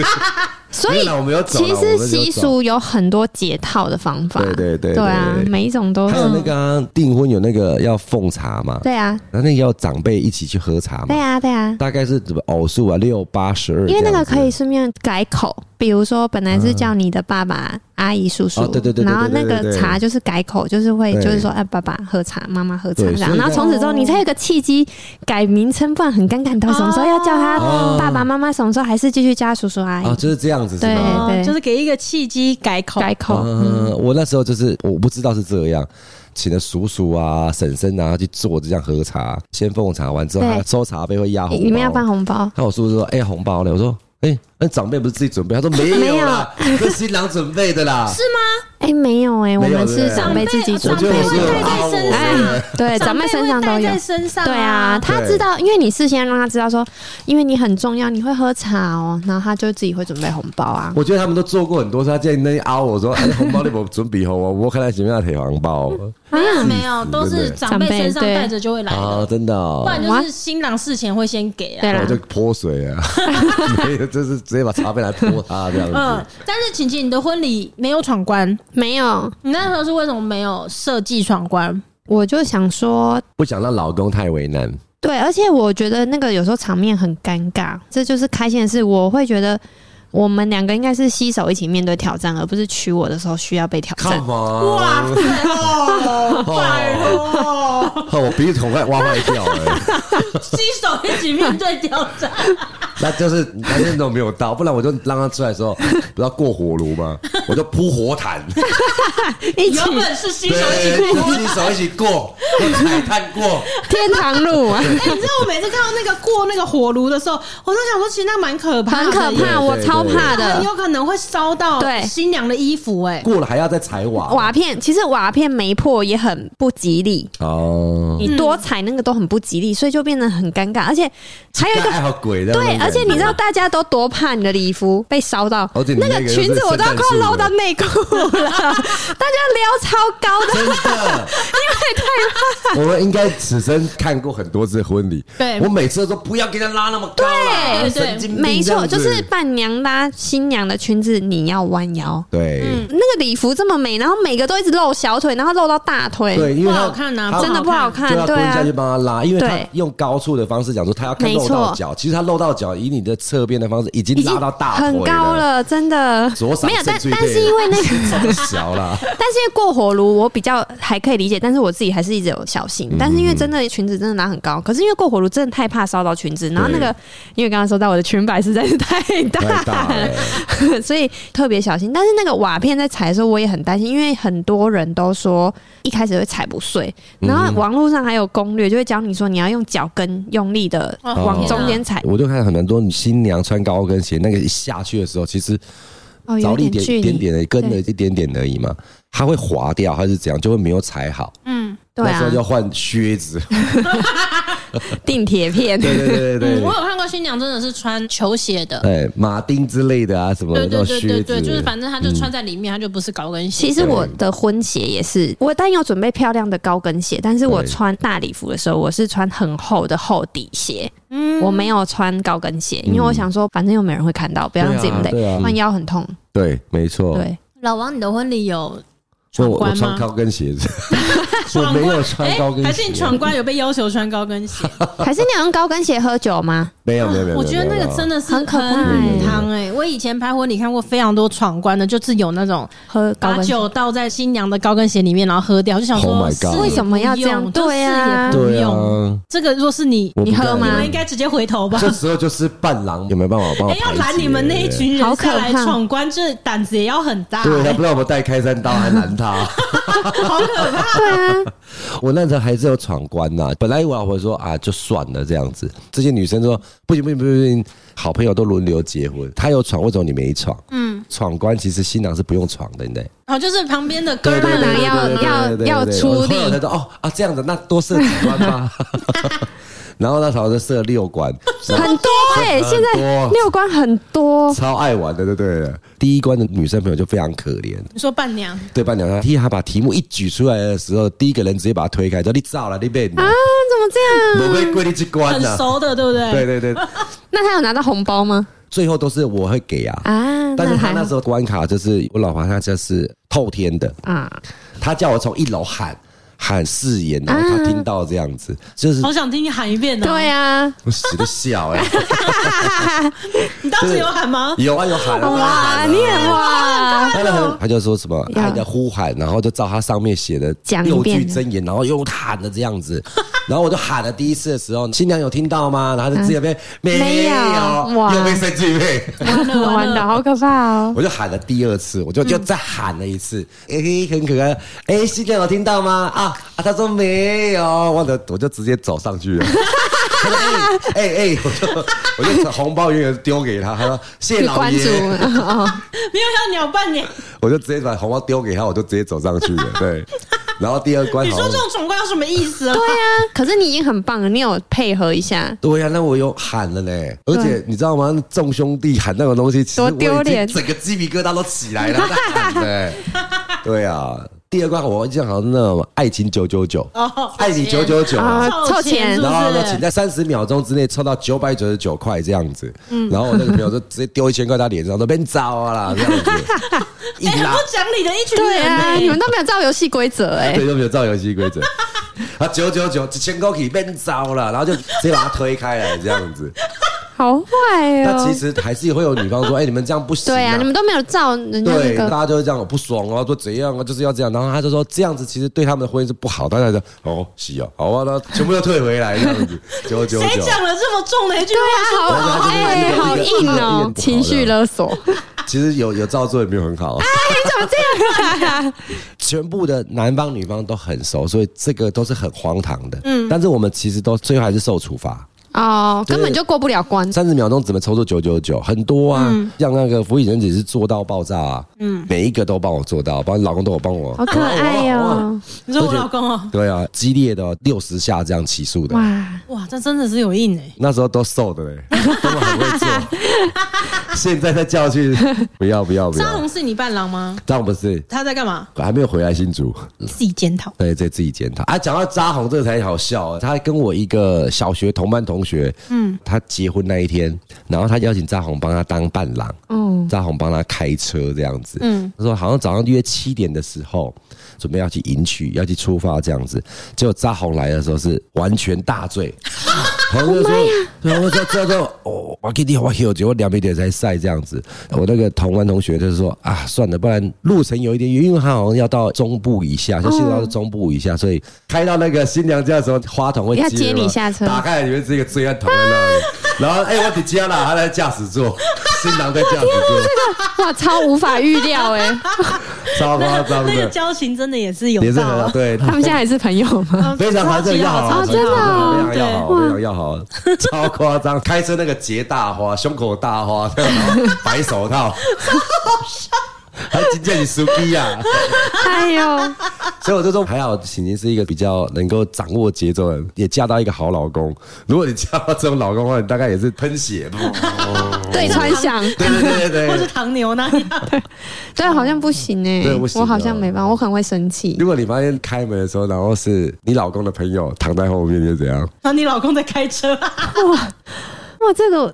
S3: 所
S2: 没
S3: 以
S2: 有啦我们有走啦
S3: 其
S2: 我
S3: 实
S2: 们有
S3: 习
S2: 走
S3: 俗有很多解套的方法。
S2: 对对对
S3: 对啊
S2: 对，对
S3: 每一种都
S2: 还有那个啊订婚有那个要奉茶嘛，
S3: 对啊，
S2: 然后那个要长辈一起去喝茶
S3: 对
S2: 嘛，
S3: 啊，对啊。
S2: 大概是怎么偶数啊，六八十二这样子，
S3: 因
S2: 嗯
S3: 为那个可以顺便改口，比如说本来是叫你的爸爸、阿姨、叔叔，
S2: 哦对对对对
S3: 然后那
S2: 对对
S3: 个
S2: 对
S3: 茶就是改口，就是会
S2: 对
S3: 就是说，哎，爸爸喝茶，妈妈喝茶
S2: 对
S3: 这样，
S2: 所以
S3: 然后从此之后你才有个契机改名称，不然很尴尬，你到底什么时候要叫
S2: 哦
S3: 他爸爸妈妈，什么时候还是继续叫他叔叔阿
S2: 啊，
S3: 姨
S2: 就是这样子是
S3: 哎对
S2: 吗？
S1: 哦就是给一个契机改口？
S3: 改口？
S2: 嗯，我那时候就是我不知道是这样，请了叔叔啊、婶婶啊去做这样喝茶，先奉茶完之后，
S3: 对
S2: 他收茶费会压红包。
S3: 你们要办红包，
S2: 那我叔叔说：“哎，红包呢？”我说：“哎，那长辈不是自己准备？”他说：“ 没
S3: 没
S2: 有
S3: 有
S2: 啦，是新郎准备的 啦。”是
S3: 哎，没有哎，我
S2: 没有
S3: 们
S2: 对不
S3: 是
S2: 对
S3: 长辈自己
S1: 长
S3: 准
S2: 我觉
S1: 辈
S2: 得
S3: 备
S2: 我
S1: 会
S2: 是
S1: 带
S2: 有
S3: 的，
S1: 在身上，
S2: 哎
S3: 哎，对，长辈身上
S1: 长
S3: 都
S1: 会
S3: 有
S1: 带在。身上、
S3: 对啊，，他
S2: 对
S3: 知道，因为你事先让他知道说，因为你很重要，你会喝茶哦，然后他就自己会准备红包啊。
S2: 我觉得他们都做过很多次，他竟然那一凹我说：“哎，红包你我准备好哦，我看到前面那铁红包。”
S3: 啊
S1: 没有啊没有，都是长辈
S3: 长辈
S1: 身上
S3: 对
S1: 带着就会来的。
S2: 啊，真的、哦
S1: 不，然就是新郎事前会先给啊。
S3: 对啦
S2: 我就泼水啊， 没有，就是直接把茶杯来泼他这样
S1: 嗯
S2: 子。，
S1: 但是晴晴，你的婚礼没有闯关，
S3: 没有，
S1: 你那时候是为什么没有设计闯 关？
S3: 我就想说，
S2: 不想让老公太为难，
S3: 对，而且我觉得那个有时候场面很尴尬，这就是开心的事。我会觉得我们两个应该是携手一起面对挑战，而不是娶我的时候需要被挑战。
S2: 哇，
S1: 哦，
S2: 拜
S1: 托，
S2: 哦我鼻子孔快挖 坏掉欸了，
S1: 新手一起面对挑战，
S2: 那就是男生都没有到，不然我就让他出来的时候，不知道过火炉吗？我就铺火毯，
S3: 一起
S1: 原本是新手一起
S2: 对，一起手一起过，我踩 探过，
S3: 天堂路啊，
S1: 哎、你知道我每次看到那个过那个火炉的时候，我都想说，其实那蛮可怕
S3: 很
S1: 的，
S3: 可
S1: 因为
S3: 怕，我超怕
S1: 很
S3: 的。
S1: 有可能会烧到
S3: 对
S1: 新娘的衣服、哎，
S2: 过了还要再踩瓦，
S3: 瓦片其实瓦片没破也很不吉利，
S2: 哦，
S3: 你多踩那个都很不吉利，所以就变得很尴尬。而且还有一个
S2: 还好鬼的，
S3: 对，而且你知道大家都多怕你的礼服被烧到
S2: 而且，哦你
S3: 那
S2: 那个
S3: 个
S2: 又
S3: 裙子
S2: 是
S3: 我都要
S2: 圣诞
S3: 快
S2: 树
S3: 捞
S2: 的
S3: 到内裤 了，大家撩超高的，
S2: 真 的， 因为太我们应该此生看过很多次婚礼，
S1: 对
S2: 我每次都说不要给他拉那么高啦，
S1: 对对
S2: 神经病
S3: 没
S2: 这
S3: 错，
S2: 样子
S3: 就是伴娘拉新娘的裙子，你要弯腰。
S2: 对。
S3: 那个礼服这么美，然后每个都一直露小腿，然后露到大腿，
S2: 对，因
S1: 不
S2: 为他
S1: 好看啊
S2: 他
S3: 真哎的不好看
S2: 就要。
S3: 对
S2: 蹲下
S3: 啊
S2: 去，帮他拉，因为他
S3: 对
S2: 用高处的方式讲说他要看
S3: 没
S2: 露
S3: 错
S2: 到脚，其实他露到脚，以你的侧边的方式已经
S3: 已经
S2: 拉到大腿
S3: 很高，了，真的
S2: 左。闪
S3: 没有，但
S2: 甚至于
S3: 但
S2: 可以
S3: 是因为那个，
S2: 这么小啦，
S3: 但是因为过火炉我比较还可以理解，但是我自己还是一直有小
S2: 嗯
S3: 心。但是因为真的裙子真的拿很高，可是因为过火炉真的太怕烧到裙子，然后那个因为刚刚说到我的裙摆实在是太
S2: 太大了。
S3: 所以特别小心。但是那个瓦片在踩的时候，我也很担心，因为很多人都说一开始会踩不碎，然
S2: 嗯
S3: 后网络上还有攻略就会教你说你要用脚跟用力的
S1: 哦
S3: 往中间踩，
S2: 我就看很多新娘穿高跟鞋，那个一下去的时候，其实
S3: 哦，
S2: 着
S3: 有
S2: 力点
S3: 距
S2: 一点
S3: 离，
S2: 点的，跟了一点点而已嘛，它会滑掉还是怎样，就会没有踩好。
S1: 嗯
S3: 对
S2: 那时候
S3: 啊
S2: 就，换靴子。
S3: 定铁片。
S2: 对对对对
S1: 嗯，我有
S2: 对，
S1: 看过新娘真的是穿球鞋的，
S2: 哎，马丁之类的啊，什么
S1: 对
S2: 那
S1: 嗯对
S2: 种
S1: 对
S2: 靴
S1: 对
S2: 子，
S1: 对，就是反正她就穿在里面，她就不是高跟
S3: 其
S1: 鞋。
S3: 实我的婚鞋也是，我但有准备漂亮的高跟鞋，但是我
S2: 对
S3: 穿大礼服的时候，我是穿很厚的厚底鞋，我没有穿高跟鞋，因为我想说，反正又没人会看到，不要让自己不累
S2: 嗯对啊对啊，
S3: 不然腰很痛。
S2: 对，没错。
S3: 对，
S1: 老王，你的婚礼有
S2: 我
S1: 闯
S2: 我
S1: 关
S2: 穿
S1: 吗？
S2: 高跟鞋子， 我没有穿高跟
S1: 哎还是你
S2: 鞋，
S1: 闯关有被要求穿高跟鞋？
S2: 哦
S3: 还是你要用高跟鞋喝酒吗？
S2: 没有没有没有。
S1: 我觉得那个真
S2: 的
S1: 的是
S3: 很可怕
S1: 很
S3: 欸
S1: 汤哎！我以前拍婚礼看过非常多闯关的，就是有那种
S3: 喝高
S1: 把
S3: 跟鞋。
S1: 酒倒在新娘的高跟鞋里面，然后喝掉，就想
S2: Oh
S1: 说
S2: my
S1: 是
S2: God
S1: 也
S2: 为
S3: 什么要
S1: 不
S3: 这样
S1: 用
S3: 对啊
S1: 是也不
S2: 对
S1: 用。
S2: 啊，
S1: 这个若是你，
S2: 我不
S3: 你喝
S2: 干
S3: 吗
S1: 你
S2: 了
S1: 们应该直接回头吧。
S2: 这时候就是伴郎有没有办法帮我
S1: 哎，要
S2: 哦排
S1: 拦
S2: 解
S1: 你们那一群人
S3: 好可
S1: 下来
S3: 怕
S1: 闯关，这胆子也要很大。
S2: 对，啊他
S1: 哎
S2: 不知道我们带开山刀还拦他，
S1: 好可怕。
S3: 对啊，
S2: 我那时候还是有闯关呐、本来我老婆说啊，就算了这样子。这些女生说不行不行不行不行，好朋友都轮流结婚，她有闯，为什么你没闯？嗯，闯关其实新郎是不用闯的，你得。
S1: 哦，就是旁边的哥
S2: 对对
S1: 们
S2: 对
S1: 啊
S2: 对
S3: 要
S2: 对对对
S3: 要
S2: 对对
S3: 要
S2: 对
S3: 出
S2: 我后来
S3: 力
S2: 才知道哦啊这样子，那多射几关吧。然后那时候就射六关，
S3: 很多哎、现在
S2: 多
S3: 六关很 多，
S2: 超爱玩的，对对了。第一关的女生朋友就非常可怜，
S1: 你说伴娘，
S2: 对伴娘她替她把题目一举出来的时候，第一个人直接把她推开，说你造了，你被啊，怎么这样？我被归你去关
S1: 很
S2: 了。
S1: 熟的，对不对？
S2: 对对对，
S3: 那他有拿到红包吗？
S2: 最后都是我会给啊。
S3: 啊，
S2: 但是他
S3: 还
S2: 那时候关卡就是我老婆，她就是透天的，
S3: 啊，
S2: 她叫我从一楼喊喊誓言，然后她听到这样子，就是
S1: 好想听你喊一遍呢。哦
S3: 对啊，
S2: 我死的笑哎、
S1: 你当时有喊吗？
S2: 有啊有喊啊，
S3: 哇，
S2: 有
S3: 你很哇，
S2: 他就很，他就说什么
S3: 哦呀
S2: 爱的呼喊，然后就照他上面写的
S3: 讲一
S2: 六
S3: 遍
S2: 句真言，然后又喊的这样 子，然后我就喊了第一次的时候，新娘有听到吗？然后就自己那边没
S3: 嗯没有
S2: 有，
S3: 哇
S2: 又被 生气妹，
S3: 玩的好可怕哦。
S2: 我就喊了第二次，
S3: 嗯
S2: 我就就再喊了一次，诶，很可爱，诶，新娘有听到吗？啊啊，他说没有，我的我就直接走上去了。 他说哎哎哎，我就我就红包永远丢给他，他说谢谢
S3: 去
S2: 老
S3: 关
S2: 爷
S3: 注， 哦，
S1: 没有要鸟伴娘。
S2: 我就直接把红包丢给他，我就直接走上去 了。对，然后第二关
S1: 你
S2: 好
S1: 说
S2: 像
S1: 这种闯关有什么意思啊？
S3: 对啊，可是你已经很棒了，你有配合一下，
S2: 对呀、啊那我有喊了嘞，而
S1: 嗯
S2: 且你知道吗？众兄弟喊那种东西，其实我已经
S3: 多丢脸
S2: 整个鸡皮疙瘩都起来了。在喊 嘞，对啊。第二关我印象好像是那种爱情九九九，
S1: 哦，
S2: 爱你九九九
S3: 啊
S1: 凑
S3: 凑钱
S1: 是不
S2: 然后呢，请
S1: 是？
S2: 在三十秒钟之内抽到九百九十九块这样子。
S1: 嗯
S2: 然后我那个朋友就直接丢一千块他脸上，说别找啊啦这样子， 一
S1: 哎，很
S2: 拉
S1: 不讲理的一群
S3: 对
S1: 人
S3: 啊，
S1: 欸
S3: 你们都没有照游戏规则哎，
S2: 对，都没有照游戏规则。啊，九九九，千高起变糟了，然后就直接把它推开来这样子。
S3: 好坏
S2: 那其
S3: 哦，
S2: 实还是会啊有女方说：“哎、你们这样不行、
S3: 对啊，你们都没有照人家那
S2: 对，
S3: 个，
S2: 大家就会这样，我不爽啊，说怎样啊，就是要这样。然后他就说这样子其实对他们的婚姻是不好。大家就哦，是哦，好啊，那全部都退回来这样 子，九九
S1: 谁
S2: 九。
S3: 啊
S1: 讲了这么重的一句
S3: 对啊
S1: 话？，
S3: 好
S2: 然后他就一
S3: 哎，
S2: 个
S3: 好
S2: 一个一
S3: 硬
S2: 个一个
S3: 哦
S2: 不，
S3: 情绪勒索，
S2: 其实有有照做也没有很
S3: 哎
S2: 好、啊
S3: 啊
S2: 全部的男方女方都很熟，所以这个都是很荒唐的。嗯，但是我们其实都最后还是受处罚。
S3: 哦，根本就过不了关，
S2: 三十秒钟只能抽出九九九，很多啊，像那个福井人姐是做到爆炸啊，嗯，每一个都帮我做到，包括老公都有帮我，
S3: 好可爱
S2: 啊
S3: 哦，
S1: 你说我老公哦，
S2: 对啊，激烈的六十下这样起诉的，
S3: 哇，
S1: 哇，这真的是有印哎。
S2: 那时候都瘦的嘞， 他们很会做，现在再叫去， 不要不要不
S1: 沙
S2: 要
S1: 龙，是你伴郎吗？
S2: 这样不是
S1: 他在干嘛？
S2: 还没有回来新竹，
S1: 自己检讨。
S2: 对，这自己检讨啊。讲到扎红这个才好笑、哦，他跟我一个小学同班同学，嗯，他结婚那一天，然后他邀请扎红帮他当伴郎，嗯，扎红帮他开车这样子，嗯，他说好像早上约七点的时候，准备要
S3: 啊
S2: 去迎娶，要去出发这样子，结果扎红来的时候是完全大醉。然后就说，对，我说这这哦，我给你我有结果两米点才晒这样子。我那个同班同学就是说啊，算了，不然路程有一点远，因为他好像要到中部以下，
S3: 哦
S2: 就现在到中部以下，所以开到那个新娘家的时候，花筒会
S3: 要
S2: 接
S3: 接
S2: 嘛
S3: 你下车啊
S2: 打开里面是一个罪案筒在那里，然后哎、我底家了，他在驾驶座，新郎在驾驶
S3: 啊
S2: 座，
S3: 哇，超无法预料 哎、
S2: 超夸 张
S1: 那个
S2: 的，
S1: 交情真的也是有
S2: 也是
S1: 到
S2: 很好
S1: 啊，
S2: 对，
S3: 哦他们现在还是朋友 吗？
S2: 非常
S1: 超
S2: 好，这个
S1: 级
S2: 要
S1: 好
S2: 好，
S3: 超级好
S2: 好非常要好，
S3: 真的哦
S2: 非常要好，超夸张！开车那个结大花，胸口大花， 然后白手套，还今天你熟逼啊！
S3: 哎呦，
S2: 所以我就说，还好，晴晴是一个比较能够掌握节奏的人，也嫁到一个好老公。如果你嫁到这种老公的话，你大概也是喷血。
S3: 对穿响，
S2: 对对对对
S1: 或是
S2: 对，
S1: 唐牛那样。
S3: 对，好像不行哎、
S2: 对不行啊
S3: 我好像没办法，我可能会生气。
S2: 如果你发现开门的时候，然后是你老公的朋友躺在后面，你就怎样？
S1: 然后你老公在开 车，
S3: 哇，这个我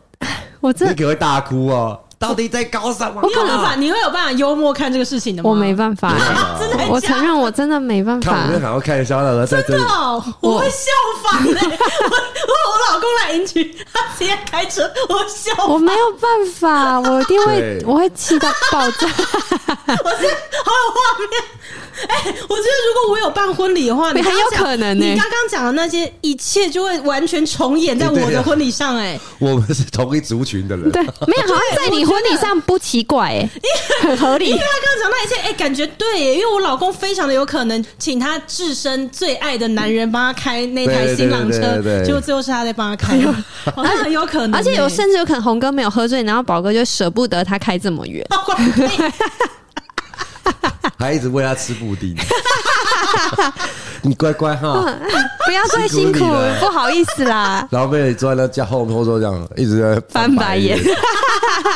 S3: 我
S2: 你
S3: 这
S2: 可能会大哭哦！到底在搞什么？
S1: 你有办法，你会有办法幽默看这个事情的吗？啊
S3: 我没办法、
S2: 真的
S3: 欸，
S2: 吗
S1: 真的很假，
S3: 我承认我真的没办
S2: 看我
S3: 法
S2: 们。好像开玩笑的，在这
S1: 真
S2: 里
S1: 的哦、我会效仿的、欸。 我我我老公来迎娶，他直接开车，我会效仿，
S3: 我没有办 法，我一定会
S2: 对，
S3: 我会气到爆
S1: 我
S3: 炸。
S1: 是好有画面。哎、我觉得如果我有办婚礼的话，你
S3: 很
S1: 刚刚
S3: 有
S1: 讲
S3: 可能欸
S1: 你刚刚讲的那些一切就会完全重演在
S2: 对
S1: 我
S2: 对
S1: 的
S2: 啊
S1: 婚礼上、哎，
S2: 我们是同一族群的人，
S3: 对，没啊有，好像在你婚礼上不奇怪、欸，很合
S1: 因
S3: 理
S1: 为。他刚刚讲那一切，哎、感觉对、耶因为我老公非常的有可能请他自身最爱的男人帮他开那台新郎
S2: 对
S1: 车
S2: 对对对，对哎
S1: 结果最后是他在帮他开，好像很有可能、
S3: 而且有
S1: 哎
S3: 甚至有可能红哥没有喝醉，然后宝哥就舍不得他开这 么远。
S1: 好管屁
S2: 还一直喂他吃布丁。 你乖乖
S3: 嗯
S2: 哈，
S3: 不要怪辛苦
S2: 辛苦你了，。
S3: 不好意思啦
S2: 然后被你坐在那家后后座这样一直在
S3: 翻白眼。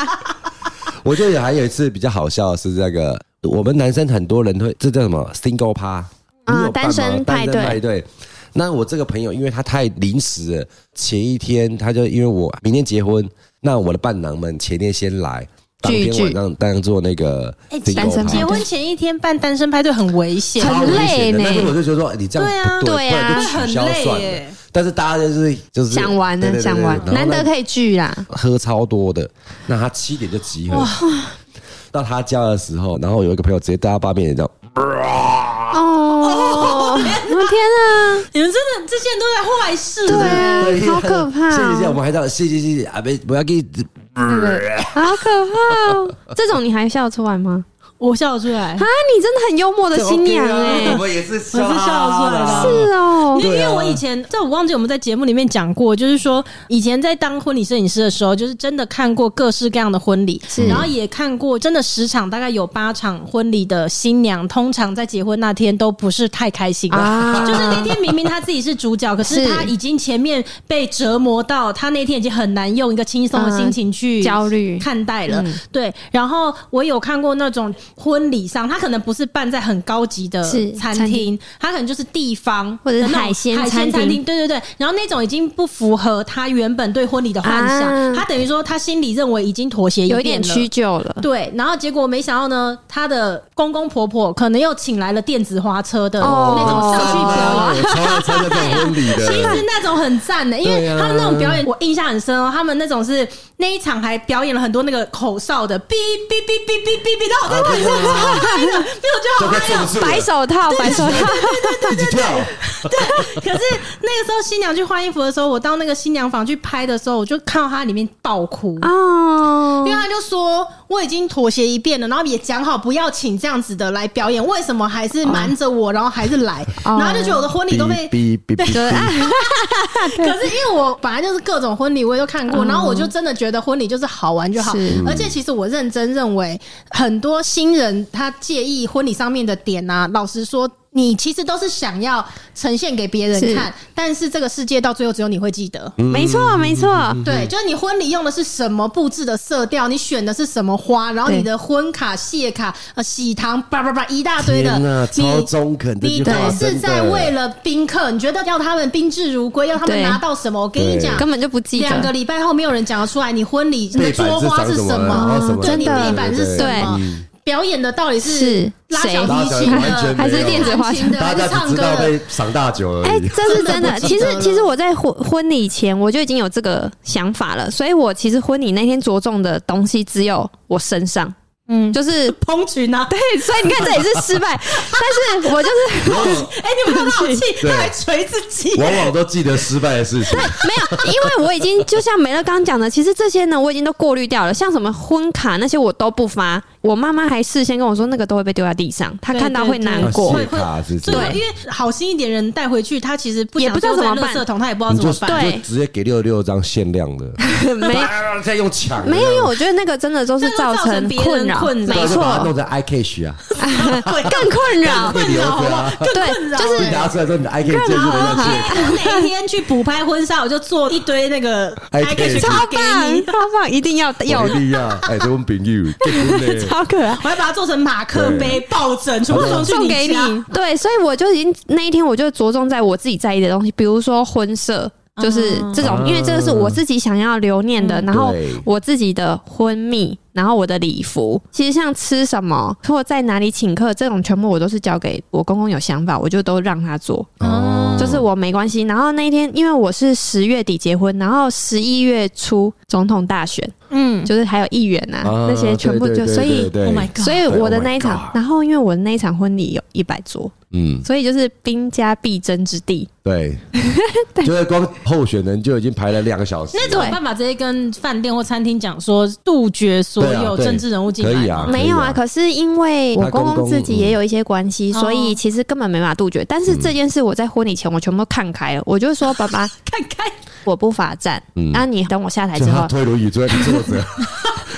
S2: 我觉得还有一次比较好笑的是那个，我们男生很多人会这叫什么 single 趴
S3: 啊
S2: 你有办吗
S3: 单身
S2: 单
S3: 派
S2: 身
S3: 对
S2: 派对。那我这个朋友，因为他太临时了，前一天他就因为我明天结婚，那我的伴郎们前天先来，当
S3: 聚
S2: 天
S3: 聚
S2: 晚上当做那个
S1: 哎
S2: single
S3: 单身
S2: 趴
S3: 派
S1: 结婚前一天办单身派对很危险，
S3: 很
S2: 超危
S3: 累
S2: 险的
S3: 呢
S2: 但是我就觉得说，哎你这样不对，
S3: 对啊
S2: 不然就取消
S1: 会很
S2: 算
S1: 累
S2: 了
S1: 耶。
S2: 但是大家就是就是
S3: 想玩
S2: 对
S3: 呢，
S2: 对对
S3: 想
S2: 对
S3: 玩，
S2: 然后
S3: 难
S2: 那
S3: 得可以聚啦。
S2: 喝超多的，那他七点就集合。到他家的时候，然后有一个朋友直接带到八面这样，
S3: 哦，我天啊
S1: 你们真的这些人都在坏事，
S3: 对啊
S2: 对
S3: 好可怕哦
S2: 谢谢谢谢，我们还在谢谢谢谢，啊别不要给你，
S3: 啊，好可怕哦！这种你还笑得出来 吗？
S1: 我笑得出来
S3: 啊，，你真的很幽默的新娘哎
S2: 啊 我，们也是笑
S1: 我是笑出来的
S2: 啊
S3: 是哦
S1: 因，为因
S2: 对
S1: 为
S2: 啊
S1: 我以前，这我忘记我们在节目里面讲过，就是说以前在当婚礼摄影师的时候，就是真的看过各式各样的婚礼，然后也看过真的十场，大概有八场婚礼的新娘，通常在结婚那天都不是太开心的。
S3: 啊
S1: 就是那天明明她自己是主角，可是
S3: 是
S1: 她已经前面被折磨到，她那天已经很难用一个轻松的心情去、
S3: 嗯焦虑
S1: 看待了。
S3: 嗯
S1: 对，然后我有看过那种婚礼上，他可能不是办在很高级的
S3: 是
S1: 餐
S3: 餐
S1: 厅，他可能就是地方
S3: 或者是
S1: 那种
S3: 海鲜
S1: 海
S3: 餐
S1: 鲜餐
S3: 厅
S1: 厅，对对对。然后那种已经不符合他原本对婚礼的幻想，
S3: 啊
S1: 他等于说他心里认为已经妥协
S3: 哎有一
S1: 一遍
S3: 点
S1: 了
S3: 屈。就了。
S1: 对，然后结果没想到呢，他的公公婆婆可能又请来了电子花车的那种上去
S3: 哦
S1: 表演，
S2: 啊我超爱参加这种婚礼
S1: 其实
S2: 的，
S1: 那种很赞的，因为
S2: 啊对啊
S1: 他们那种表演我印象很深哦。他们那种是那一场还表演了很多那个口哨的，哔哔哔哔哔哔哔，然后我在那里
S2: 啊
S1: 真的超嗨的，因为我觉得
S2: 都
S1: 好
S2: 快
S1: 嗨哦
S2: 坐不。住了，
S3: 哎白手套，白手套，
S2: 一直跳，
S1: 可是那个时候新娘去换衣服的时候，我到那个新娘房去拍的时候，我就看到她里面爆哭。
S2: 啊
S3: 哦
S1: 因为，他就说我已经妥协一遍了，然后也讲好不要请这样子的来表演，为什么还是瞒着我，然后还是来，
S3: 哦
S1: 然后就觉得我的婚礼都被
S2: 哔哔哔哔
S3: 啊
S2: 哔，
S1: 可是因为我本来就是各种婚礼我也都看过，
S3: 嗯
S1: 然后我就真的觉得婚礼就是好玩就好
S3: 是。
S1: 而且其实我认真认为，很多新人他介意婚礼上面的点啊，老实说。你其实都是想要呈现给别人看，但是这个世界到最后只有你会记得。
S3: 没错，没错，
S2: 嗯
S1: 对，就是你婚礼用的是什么布置的色调，你选的是什么花，然后
S3: 对
S1: 你的婚卡、谢卡、呃喜糖，叭叭叭一大堆的
S2: 天哪，
S1: 你
S2: 超中肯这
S1: 你
S2: 句
S1: 都
S2: 话
S1: 是
S2: 真
S1: 在
S2: 的
S1: 为了宾客，你觉得要他们宾至如归，要他们
S3: 对
S1: 拿到什么？我跟你
S2: 对
S1: 讲，
S3: 根本就不记
S1: 两个
S3: 得。
S1: 礼拜后没有人讲得出来，你婚礼你的
S2: 背板
S1: 桌
S2: 是
S1: 花
S2: 长
S1: 是
S2: 什
S1: 什
S2: 么，然后
S1: 么
S2: 什
S1: 啊
S2: 么，
S1: 对，你
S3: 真的
S1: 背板是什
S3: 对
S2: 嗯
S1: 么？表演的到底是
S3: 是
S1: 拉小
S3: 谁
S2: 拉
S1: 提
S2: 小
S1: 琴
S2: 提完
S1: 的
S2: 全，
S3: 还是电子花
S1: 琴
S3: 枪
S1: 的，
S2: 大
S1: 还
S2: 家
S1: 是
S2: 只
S1: 唱
S2: 知
S1: 歌
S2: 道
S1: 的？
S2: 被赏大酒
S3: 哎、
S2: 而 已。
S3: 这是
S1: 真
S3: 真的。
S1: 的不
S3: 其
S1: 记
S3: 实
S1: 得，了
S3: 其实我在婚婚礼前我就已经有这个想法了，所以我其实婚礼那天着重的东西只有我身上，
S1: 嗯，
S3: 就是
S1: 烹群啊！
S3: 对，所以你看这也是失败， 但是我就是
S2: 往往
S1: 哎，你们有老气，
S2: 对
S1: 他还捶自己。
S2: 往往都记得失败的事情，
S3: 没有，因为我已经就像美乐刚刚讲的，其实这些呢我已经都过滤掉了，像什么婚卡那些我都不发。我妈妈还事先跟我说，那个都会被丢在地上，她看到会难过。
S2: 对对对啊谢卡是
S1: 所以
S2: 这样
S1: 因为好心一点人带回去，他其实不
S3: 也
S1: 想
S3: 不知道
S1: 丢在
S3: 怎么办
S1: 垃圾桶，他也不知道
S2: 你
S1: 怎
S2: 就
S1: 么
S2: 你
S1: 办。
S3: 对
S2: 就直接给六十六张限量的，
S3: 没
S2: 啊再用抢的
S3: 没有，因为我觉得那个真的都是造成
S1: 这个造成别
S3: 困扰，
S1: 人困扰
S3: 没
S2: 啊就把它
S3: 错
S2: 弄，成 I K 区啊，
S3: 更困扰。
S2: 更
S1: 困扰好不
S2: 啊
S1: 好？更困扰。
S3: 对就是
S2: 你拿出来之后，你的 I K 建
S1: 然
S2: 筑
S1: 后
S2: 的
S1: 我
S2: 那些，
S1: 哪一天去补拍婚纱，我就做一堆那个
S2: 还可以
S1: package
S3: 超
S1: 给你
S3: 棒，，超棒，一定要要
S2: 我一定要，哎，这种朋友，这
S3: 超可爱。
S1: 我还把它做成马克杯、抱枕，全部送
S2: 好的
S1: 去
S3: 送给
S1: 你家。
S3: 你，对，所以我就已经那一天我就着重在我自己在意的东西，比如说婚摄，就是这种，
S2: 嗯
S3: 因为这个是我自己想要留念的，然后
S2: 对
S3: 我自己的婚蜜，然后我的礼服，其实像吃什么或在哪里请客这种，全部我都是交给我公公有想法，我就都让他做。
S2: 哦
S3: 就是我没关系，然后那一天，因为我是十月底结婚，然后十一月初总统大选，
S1: 嗯
S3: 就是还有议员啊那些全部就，所以
S2: ，Oh
S1: ，Oh my god！
S3: 所以我的
S2: 对
S3: 那一
S2: Oh my
S3: 场，
S2: God
S3: 然后因为我的那一场婚礼有一百桌，
S2: 嗯，
S3: 所以就是兵家必争之地。
S2: 对，就是光候选人就已经排了两个小时了，
S1: 那怎么办法直接跟饭店或餐厅讲说杜绝所
S2: 对啊
S1: 有
S2: 对
S1: 政治人物进来？
S2: 可以啊
S3: 没有啊，可是因为我
S2: 他公
S3: 公公
S2: 公
S3: 自己也有一些关系，
S1: 嗯
S3: 所以其实根本没办法杜绝。但是这件事我在婚礼前我全部都看开了，我就说：“爸 爸，
S1: 看看
S3: 我不罚站，
S2: 嗯
S3: 那你等我下台
S2: 就
S3: 之
S2: 他
S3: 后，
S2: 推轮椅坐在那坐着，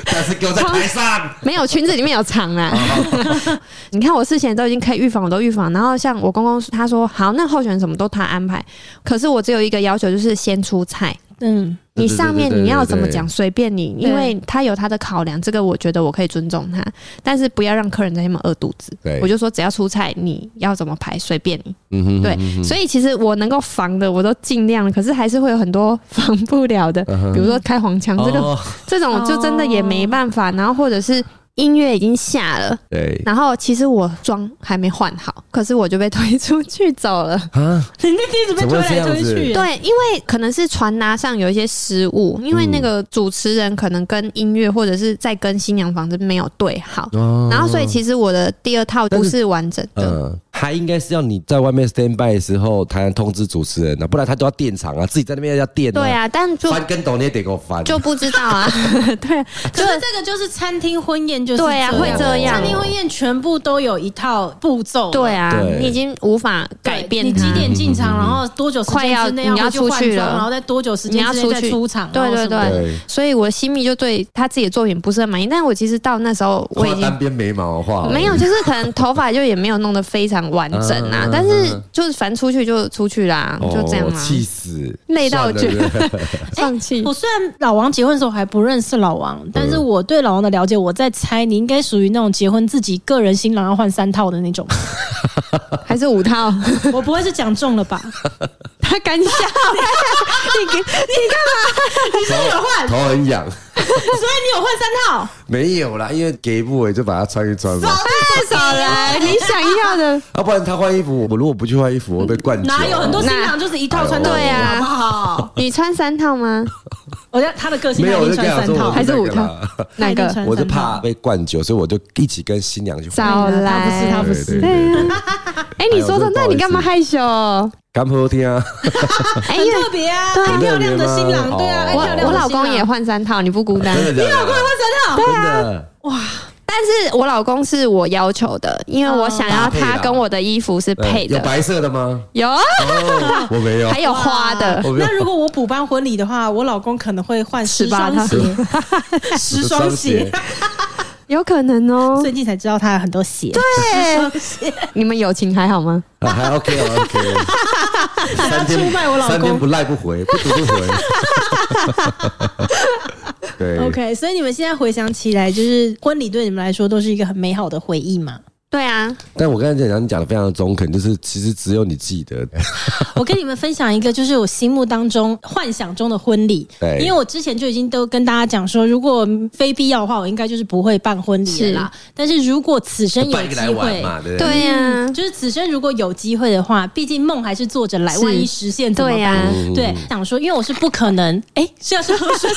S2: 但是给我在台 上，
S3: 没有裙子里面有藏 啦。
S2: 哦
S3: 你看我事前都已经可以预防，我都预防。然后像我公公他说：“好，那候选人什么都他安排。”可是我只有一个要求，就是先出菜。
S1: 嗯，
S3: 你上面
S2: 对对对
S3: 你要怎么
S2: 对对
S3: 讲随便你，
S1: 对
S3: 因为他有他的考量，这个我觉得我可以尊重他，但是不要让客人在那边饿肚子。
S2: 对
S3: 我就说只要出菜，你要怎么排随便你。
S2: 嗯哼
S3: 对，所以其实我能够防的我都尽量了，可是还是会有很多防不了的，比如说开黄腔这个
S2: 嗯哦
S3: 这种就真的也没办法，然后或者是。音乐已经下了，
S2: 对
S3: 然后其实我妆还没换好，可是我就被推出去走了。
S2: 啊，
S1: 你那天一直被推来推去，
S3: 对，因为可能是传达上有一些失误，因为那
S2: 嗯
S3: 个主持人可能跟音乐或者是在跟新娘房这没有对好，
S2: 哦
S3: 然后所以其实我的第二套不
S2: 但是
S3: 是完整的。
S2: 嗯，还应该是要你在外面 stand by 的时候，才能通知主持人的、不然他都要电场啊，自己在那边要电、
S3: 对，啊，但就
S2: 翻跟斗你也得给我翻，
S3: 就不知道啊， 对啊，
S1: 可是这个就是餐厅婚宴，就是
S3: 对啊，
S1: 样
S3: 会这样
S1: 餐，厅婚宴全部都有一套步骤，
S3: 对啊，
S2: 对
S3: 你已经无法改变
S1: 你
S3: 它嗯
S1: 几点进场，然后多久时
S3: 快
S1: 间
S3: 要
S1: 之内
S3: 你要
S1: 回去
S3: 出
S1: 换
S3: 去
S1: 装
S3: 了
S1: 然后在多久时间之内再出场，
S3: 对对
S1: 然后什么的
S3: 对
S2: 对，
S3: 所以我的新密就对他自己的作品不是很满意，但我其实到那时候我已
S2: 画
S3: 经
S2: 单边眉毛画
S3: 没有，就是可能头发就也没有弄得非常完整啊
S2: 嗯，
S3: 但是就是反正出去就出去啦，就这样啊
S2: 哦
S3: 啦。
S2: 气死，
S3: 累到我觉得
S2: 算了对
S3: 放弃
S1: 哎我虽然老王结婚的时候还不认识老王，但是我对老王的了解，我在猜你应该属于那种结婚自己个人新郎要换三套的那种。
S3: 还是五套，
S1: 我不会是讲中了 吧？
S3: 他敢笑，你给
S1: 有换，所
S2: 头很痒，
S1: 以你有换三套。
S2: 没有啦，因为给不我就把它穿一穿嘛，
S3: 太哎少
S1: 哎
S3: 来，你想要的，
S2: 要、不然他换衣服，我如果不去换衣服，我会被灌酒、啊
S1: 哪有很多新郎就是一套穿到底，
S3: 对啊
S1: 好不好？
S3: 你穿三套吗？
S1: 我觉得他的个性
S2: 没
S1: 他
S2: 有，
S1: 一
S2: 我
S1: 定
S2: 就跟
S1: 穿
S2: 他
S1: 三
S2: 说
S1: 套，
S2: 我
S3: 还是
S2: 不
S3: 五
S2: 那个啦，
S1: 他一定
S3: 哪个
S1: 穿
S2: 我是
S1: 三套
S2: 怕被灌酒，所以我就一起跟新娘去换。
S3: 少来，
S1: 他不是
S2: 对对
S3: 对
S2: 对，
S3: 啊，哎，你说
S2: 哎
S3: 的
S2: 呦，
S3: 那你干嘛害羞？
S2: 干不好听啊，
S3: 哎，
S1: 很
S3: 因为
S1: 特别啊，
S3: 对
S1: 爱漂亮的新郎，
S2: 哦
S1: 对啊，爱漂亮的
S3: 我我老公
S1: 新郎
S3: 也换三套，你不孤单。
S2: 真的，你老公
S1: 换三套，
S2: 对啊，
S3: 但是我老公是我要求的，因为我想要他跟我的衣服是配
S2: 有
S3: 的，
S2: 白色的 吗？
S3: 有啊，
S2: 哦，我没有
S3: 还，有花的，
S2: 我没有
S1: 那如果我补办婚礼的话，我老公可能会换十
S3: 18
S1: 双
S3: 套
S1: 鞋，十双鞋。
S3: 有可能 哦
S1: 最。近才知道他有很啊多鞋，
S3: 对，你们友情还好吗？
S2: 啊还 OK 哦 OK，
S1: 他
S2: 三
S1: 出
S2: 天
S1: 卖我老
S2: 三天
S1: 公
S2: 不。赖不回，不读不 回。对
S1: OK，所以你们现在回想起来，就是婚礼对你们来说都是一个很美好的回忆嘛？
S3: 对啊，
S2: 但我刚才讲你讲的非常的中肯，就是其实只有你记得，
S1: 我跟你们分享一个，就是我心目当中幻想中的婚礼。
S2: 对
S1: 因为我之前就已经都跟大家讲说，如果非必要的话，我应该就是不会办婚礼了啦。但是如果此生有
S2: 办一个
S1: 机
S2: 来玩
S1: 会，嗯
S2: 嘛，对不对？
S3: 对啊呀、
S1: 就是此生如果有机会的话，毕竟梦还是做着来，
S3: 是
S1: 万一实现嗯怎么
S3: 对
S2: 啊
S3: 啊呀、
S1: 办？啊
S2: 嗯
S1: 对，想说，因为我是不可能，哎、是要是喝水，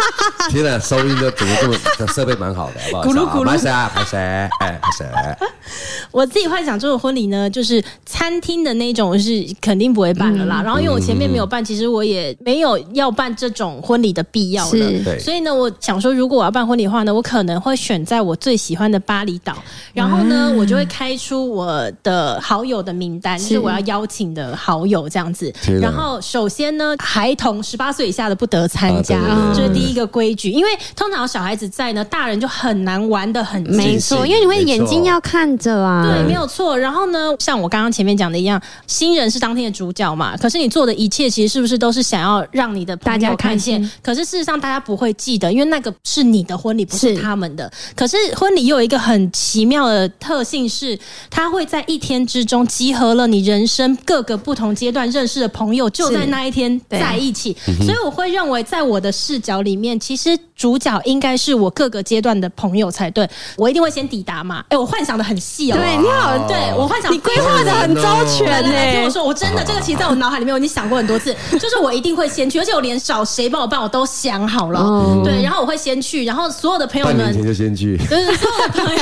S2: 天哪，收音就怎么这么设备蛮好的，好不好？
S1: 咕噜 咕噜
S2: 拍谁啊？拍谁？哎，拍谁？
S1: 我自己幻想中的婚礼呢，就是餐厅的那种是肯定不会办了
S2: 嗯
S1: 啦。然后因为我前面没有办，其实我也没有要办这种婚礼的必要了。
S3: 是
S2: 对，
S1: 所以呢，我想说，如果我要办婚礼的话呢，我可能会选在我最喜欢的巴厘岛，然后
S2: 嗯
S1: 呢，我就会开出我的好友的名单，就是
S3: 是
S1: 我要邀请的好友这样子
S2: 天。哪
S1: 然后首先呢，孩童十八岁以下的不得参加，
S2: 啊
S1: 这
S2: 对对对
S1: 是第一个规矩。因为通常小孩子在呢，大人就很难玩的很
S3: 没
S1: 尽。
S3: 错，因为你会眼睛要看着啊。
S1: 对，没有错。然后呢，像我刚刚前面讲的一样，新人是当天的主角嘛。可是你做的一切，其实是不是都是想要让你的朋
S3: 大
S1: 友
S3: 家
S1: 看
S3: 开心
S1: 见？可是事实上，大家不会记得，因为那个是你的婚礼，不是
S3: 是
S1: 他们的。可是婚礼又有一个很奇妙的特性是，它会在一天之中集合了你人生各个不同阶段认识的朋友，就在那一天
S3: 对
S1: 在一起。所以我会认为，在我的视角里面，其实主角应该是我各个阶段的朋友才对。我一定会先抵达嘛。哎、我幻想的很细哦、
S3: 对你好，
S1: 对我幻想
S3: 你规划的很周全呢、
S1: 来
S2: 啊
S1: 来听我说，我 真的这个其实在我脑海里面我已经想过很多次， 就是我一定会先去，而且我连找谁帮我办我都想好了，
S3: 哦
S1: 对，然后我会先去，然后所有的朋友
S2: 半年
S1: 们
S2: 前。就先 去，
S1: 就是所有的朋友，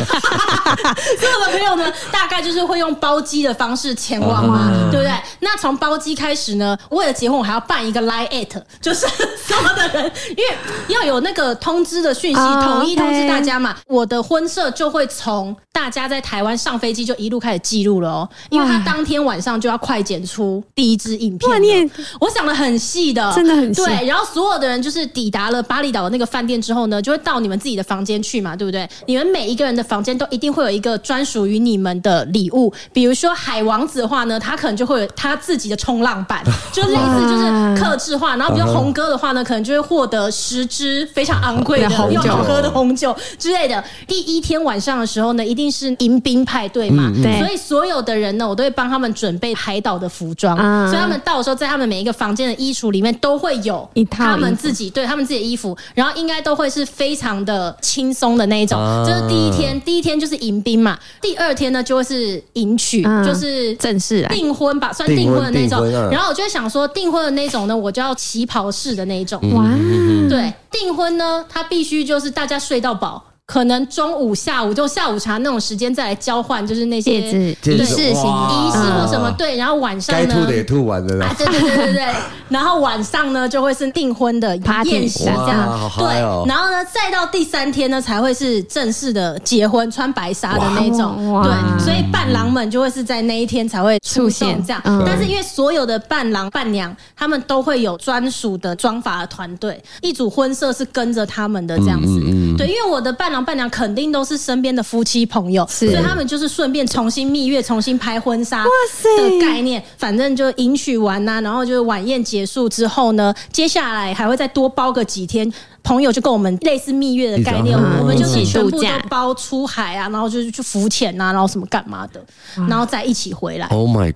S1: 所有的朋友呢，大概就是会用包机的方式前往嘛，对不对？那从包机开始呢，为了结婚，我还要办一个 line at，就是 所有的人，因为要有那个通知的讯息，
S3: 哦
S1: 统一
S3: OK
S1: 通知大家嘛。我的婚社就会从大家在台湾上飞机就一路开始记录了哦，因为他
S3: 哇
S1: 当天晚上就要快剪出第一支影片了。
S3: 哇你也
S1: 我想的很细的，
S3: 真的很细
S1: 对，然后所有的人就是抵达了巴厘岛的那个饭店之后呢，就会到你们自己的房间去嘛，对不对？你们每一个人的房间都一定会有一个专属于你们的礼物，比如说海王子的话呢，他可能就会有他自己的冲浪 板，就类似就是克制化。然后比如说红哥的话呢，可能就会获得十支非常昂贵的
S3: 对红酒
S1: 又好喝的红酒之类的。第一天晚上的时候呢，一定是迎宾派对嘛，
S3: 嗯对
S1: 所以所有的人呢，我都会帮他们准备海岛的服装，
S3: 啊
S1: 所以他们到时候在他们每一个房间的衣橱里面都会有
S3: 一套
S1: 他们
S3: 衣服
S1: 自己对他们自己的衣服，然后应该都会是非常的轻松的那一种。
S2: 啊
S1: 这是第一天，第一天就是迎宾嘛，第二天呢就会是迎娶，
S3: 嗯
S1: 就是
S3: 正式来
S1: 订婚吧，算
S2: 订
S1: 订婚的
S2: 婚
S1: 那
S2: 订婚
S1: 种
S2: 啊。
S1: 然后我就会想说，订婚的那种呢，我就要旗袍式的那一种。
S3: 哇，嗯
S1: 对，订婚呢，它必须就是大家睡到饱。可能中午、下午就下午茶那种时间再来交换，就是那些
S3: 戒指
S2: 戒指
S3: 仪式型
S2: 哇
S1: 仪式或什么对，然后晚上
S2: 该
S1: 呢，
S2: 吐的也吐完了
S1: 啊
S2: 啦，，
S1: 对对对对 对，然后晚上呢就会是订婚的
S3: Party
S1: 宴席这
S2: 哇
S1: 样
S2: 好，
S1: 对
S2: 嗨哦，
S1: 然后呢再到第三天呢才会是正式的结婚，穿白纱的那种，
S3: 哇
S1: 对，所以伴郎们就会是在那一天才会出
S3: 出
S1: 现
S3: 现
S1: 这样
S3: 嗯，
S1: 但是因为所有的伴郎伴娘他们都会有专属的妆发的团队，一组婚摄是跟着他们的这样子，
S2: 嗯
S1: 对，因为我的伴郎伴娘肯定都是身边的夫妻朋友，所
S3: 是
S1: 以他们就是顺便重新蜜月，重新拍婚纱，
S3: 塞
S1: 的概念，反正就迎娶完呐、然后就是晚宴结束之后呢，接下来还会再多包个几天。朋友就跟我们类似蜜月的概念，
S2: 一
S3: 张
S1: 我们就是
S3: 一起
S1: 全部
S3: 度
S1: 都
S3: 假
S1: 包出海啊，然后就是去浮潜啊，然后什么干嘛的，然后再一起回来。
S2: Oh my
S1: 嗯，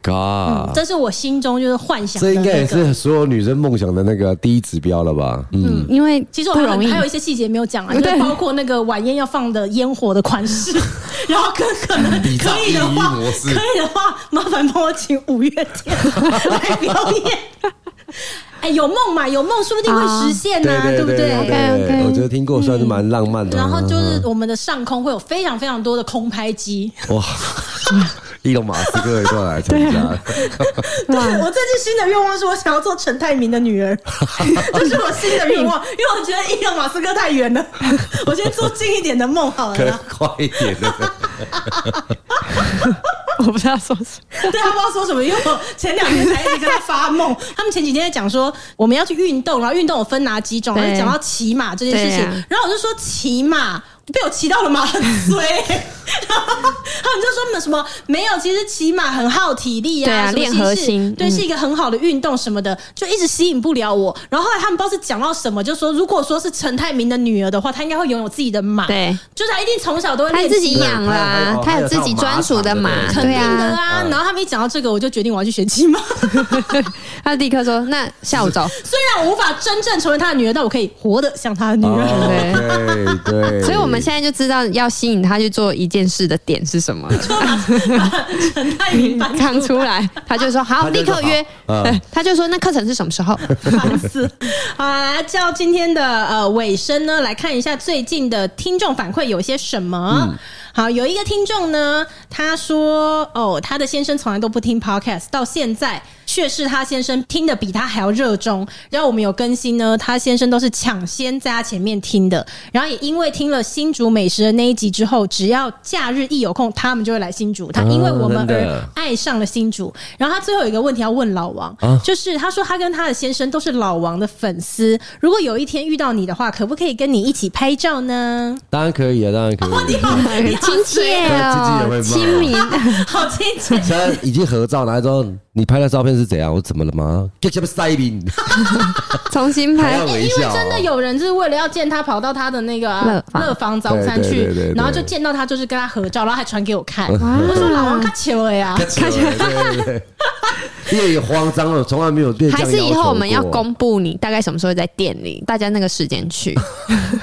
S2: god！、
S1: 这是我心中就是幻想
S2: 这
S1: 的
S2: 应该
S1: 那
S2: 也
S1: 个。
S2: 是所有女生梦想的那个第一指标了吧？嗯，
S3: 因为
S1: 其实我
S3: 不
S1: 还有
S3: 容易
S1: 还有一些细节没有讲啊，就
S3: 对
S1: 是包括那个晚宴要放的烟火的款 式，然后跟可能
S2: 比照
S1: 可以的话，
S2: 一一模式
S1: 可以的话，麻烦帮我请五月天 来表 演。哎，有梦嘛，有梦说不定会实现呢、
S2: 啊对
S1: 啊不
S2: 对
S3: 对
S2: 对
S3: OK，OK
S2: 我觉得听过算是蛮浪漫
S1: 嗯
S2: 的。嗯
S1: 然后就是我们的上空会有非常非常多的空拍机，
S2: 哇，伊隆马斯克也过来参
S1: 啊
S2: 加，
S1: 对 我最近新的愿望是我想要做陈泰明的女 儿，这是我新的愿望，因为我觉得伊隆马斯克太远了，我先做近一点的梦好
S2: 可
S1: 了
S2: 能
S1: 啦。
S2: 快一点的。
S3: 我不知道说什么，
S1: 对啊他不知道说什么，因为我前两天才一直跟他发 梦，他们前几天在讲说我们要去运动，然后运动我分哪几种，
S3: 对
S1: 然后讲到骑马这件事情
S3: 对啊，
S1: 然后我就说骑马被我骑到了马很衰、然后你就说什么没有，其实骑马很耗体力
S3: 对啊
S1: 啊，什么
S3: 练
S1: 其实
S3: 核
S1: 是
S3: 心
S1: 对，
S3: 嗯
S1: 是一个很好的运动什么的，就一直吸引不了我。然后后来他们不知道是讲到什么，就说如果说是陈泰明的女儿的话，她应该会拥有自己的马，，
S3: 对，
S1: 就是她一定从小都会
S3: 他
S1: 练
S3: 自己
S1: 骑马
S3: 养
S2: 对
S3: 啦
S2: 他，有
S3: 他有自己专属的
S2: 他有
S3: 马，
S2: 马场
S1: 肯
S3: 对
S1: 定的
S3: 啊，
S1: 啊。
S2: 嗯
S1: 然后他们一讲到这个，我就决定我要去学骑马。
S2: 啊
S3: 他立刻说：“那 下午走。
S1: 虽然我无法真正成为他的女儿，但我可以活得像他的女儿。
S2: 哦对对，”
S3: 所以我们现在就知道要吸引他去做一件事的点 是什么了，
S1: 陈泰明搬
S3: 看出来，他就说好，
S2: 他就
S3: 立
S2: 说
S3: 刻约。
S2: 好嗯
S3: 对， 他就说那课程是什么 时候？
S1: 烦死！ 好啦，叫今天的呃尾声呢，来看一下最近的听众反馈有些什么。
S2: 嗯
S1: 好，有一个听众呢，他说哦，他的先生从来都不听 podcast，到现在却是他先生听的比他还要热衷。然后我们有更新呢，他先生都是抢先在他前面听的。然后也因为听了新竹美食的那一集之后，只要假日一有空，他们就会来新竹。他因为我们
S2: 哦真
S1: 而
S2: 的
S1: 爱上了新竹。然后他最后有一个问题要问老王，
S2: 啊
S1: 就是他说他跟他的先生都是老王的粉丝，如果有一天遇到你的话，可不可以跟你一起拍照呢？
S2: 当然可以啊，当然可以。
S1: 你好
S3: 亲切哦，
S2: 对自己
S3: 亲
S2: 也
S3: 民。
S1: 好亲切，
S2: 现在已经合照，然后说你拍的照片是怎样？我怎么了吗？给什么塞宾？
S3: 重新
S2: 还
S3: 拍
S2: 要，微
S1: 因为
S2: 笑哦。
S1: 真的有人就是为了要见他，跑到他的那个啊
S3: 乐坊
S1: 乐坊早餐
S2: 对对
S1: 去
S2: 对对，对
S1: 然后就见到他，就是跟他合照，然后还传给我 看。
S3: 哇
S1: 我说老王看球了呀，
S2: 看起来对对对，因为也慌张了，从来没有被这样
S3: 还是以
S2: 要求
S3: 后我们要
S2: 过
S3: 公布你大概什么时候在店里，大家那个时间去。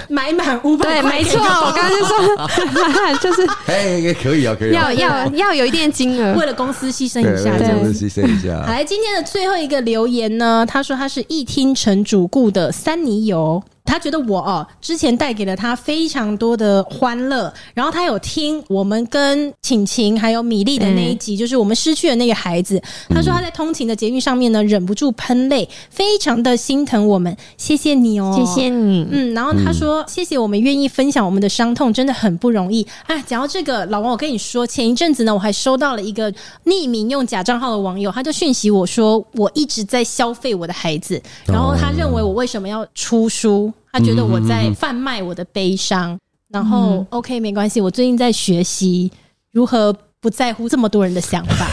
S1: 买满五百
S3: 对，
S1: 块
S3: 没
S1: 给
S3: 错，
S1: 他。
S3: 我刚刚就说， 就是
S2: 哎，也可以啊，可以啊，
S3: 要要要有一定的金额
S1: 为。了公司牺牲
S2: 对
S1: 一下，
S2: 对
S1: 这
S2: 对
S1: 样
S2: 我
S1: 子
S2: 们牺牲一
S1: 好
S2: 下。
S1: 来，今天的最后一个留言呢，他说他是一听成主顾的三尼油。他觉得我哦，之前带给了他非常多的欢乐，然后他有听我们跟晴晴还有米粒的那一集，就是我们失去的那个孩子。他说他在通勤的捷运上面呢，忍不住喷泪，非常的心疼我们，谢谢你哦，
S3: 谢谢你，
S1: 嗯，然后他说：“谢谢我们愿意分享我们的伤痛，真的很不容易。”哎，讲到这个，老王，我跟你说，前一阵子呢，我还收到了一个匿名用假账号的网友，他就讯息我说，我一直在消费我的孩子，然后他认为我为什么要出书，他觉得我在贩卖我的悲伤。然后、OK，没关系，我最近在学习如何不在乎这么多人的想法。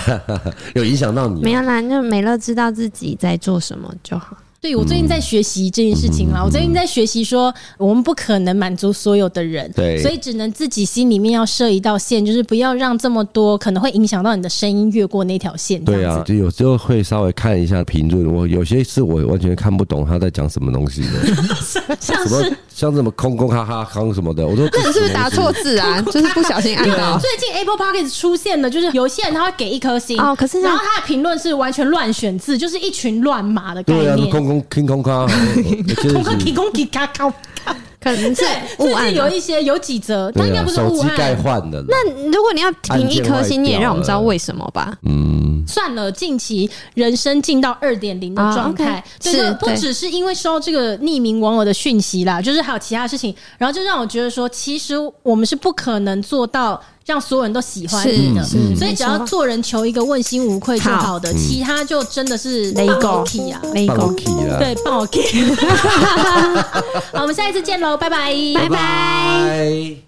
S2: 有影响到你吗
S3: 没有啦，就美乐知道自己在做什么就好。
S1: 对，我最
S2: 嗯
S1: 近在学习这件事情啦。我最近在学习说，我们不可能满足所有的人，
S2: 对
S1: 所以只能自己心里面要设一道线，就是不要让这么多可能会影响到你的声音越过那条线。这
S2: 对
S1: 样
S2: 啊，
S1: 子，
S2: 就有时候会稍微看一下评论，我有些是我完全看不懂他在讲什么东西的，
S1: 像
S2: 什
S1: 是
S2: 么像什么空空哈哈康什么的，我都
S3: 那你是不是打错 字啊？就是不小心按到。
S1: 最近 Apple p o c k e t 出现的，就是有些人他会给一颗星
S3: 哦可是那
S1: 然后他的评论是完全乱选字，就是一群乱码的概
S2: 对啊，
S1: 念。
S2: 空空空空哈，
S1: 空
S2: 空
S1: 空提供给他靠，
S3: 可能是
S1: 对，
S3: 误
S1: 最
S3: 按
S1: 近
S3: 啊
S1: 有。一些有几则，但
S2: 对
S1: 应
S2: 啊
S1: 该不是
S2: 手
S1: 误
S2: 机盖
S1: 按。
S2: 换的。那
S3: 如果你要评一颗星，你也让我们知道为什么吧。
S2: 嗯，
S1: 算了，近期人生进到二点零的状态，
S3: 啊，OK，
S1: 对，
S3: 是
S1: 就是不
S3: 对
S1: 只是因为收到这个匿名网友的讯息啦，就是还有其他事情，然后就让我觉得说，其实我们是不可能做到让所有人都喜欢你的，
S3: 是是
S1: 所以
S3: 没
S1: 只
S3: 错
S1: 要做人求一个问心无愧就
S3: 好嗯
S1: 好的，其他就真的是
S3: 雷
S1: 放
S3: 狗
S1: OK 啊，
S3: 雷
S2: 放
S3: 公，
S2: key 了，
S1: 对， 爆 OK。好，我们下一次见喽，拜拜，
S3: 拜拜。
S2: 拜。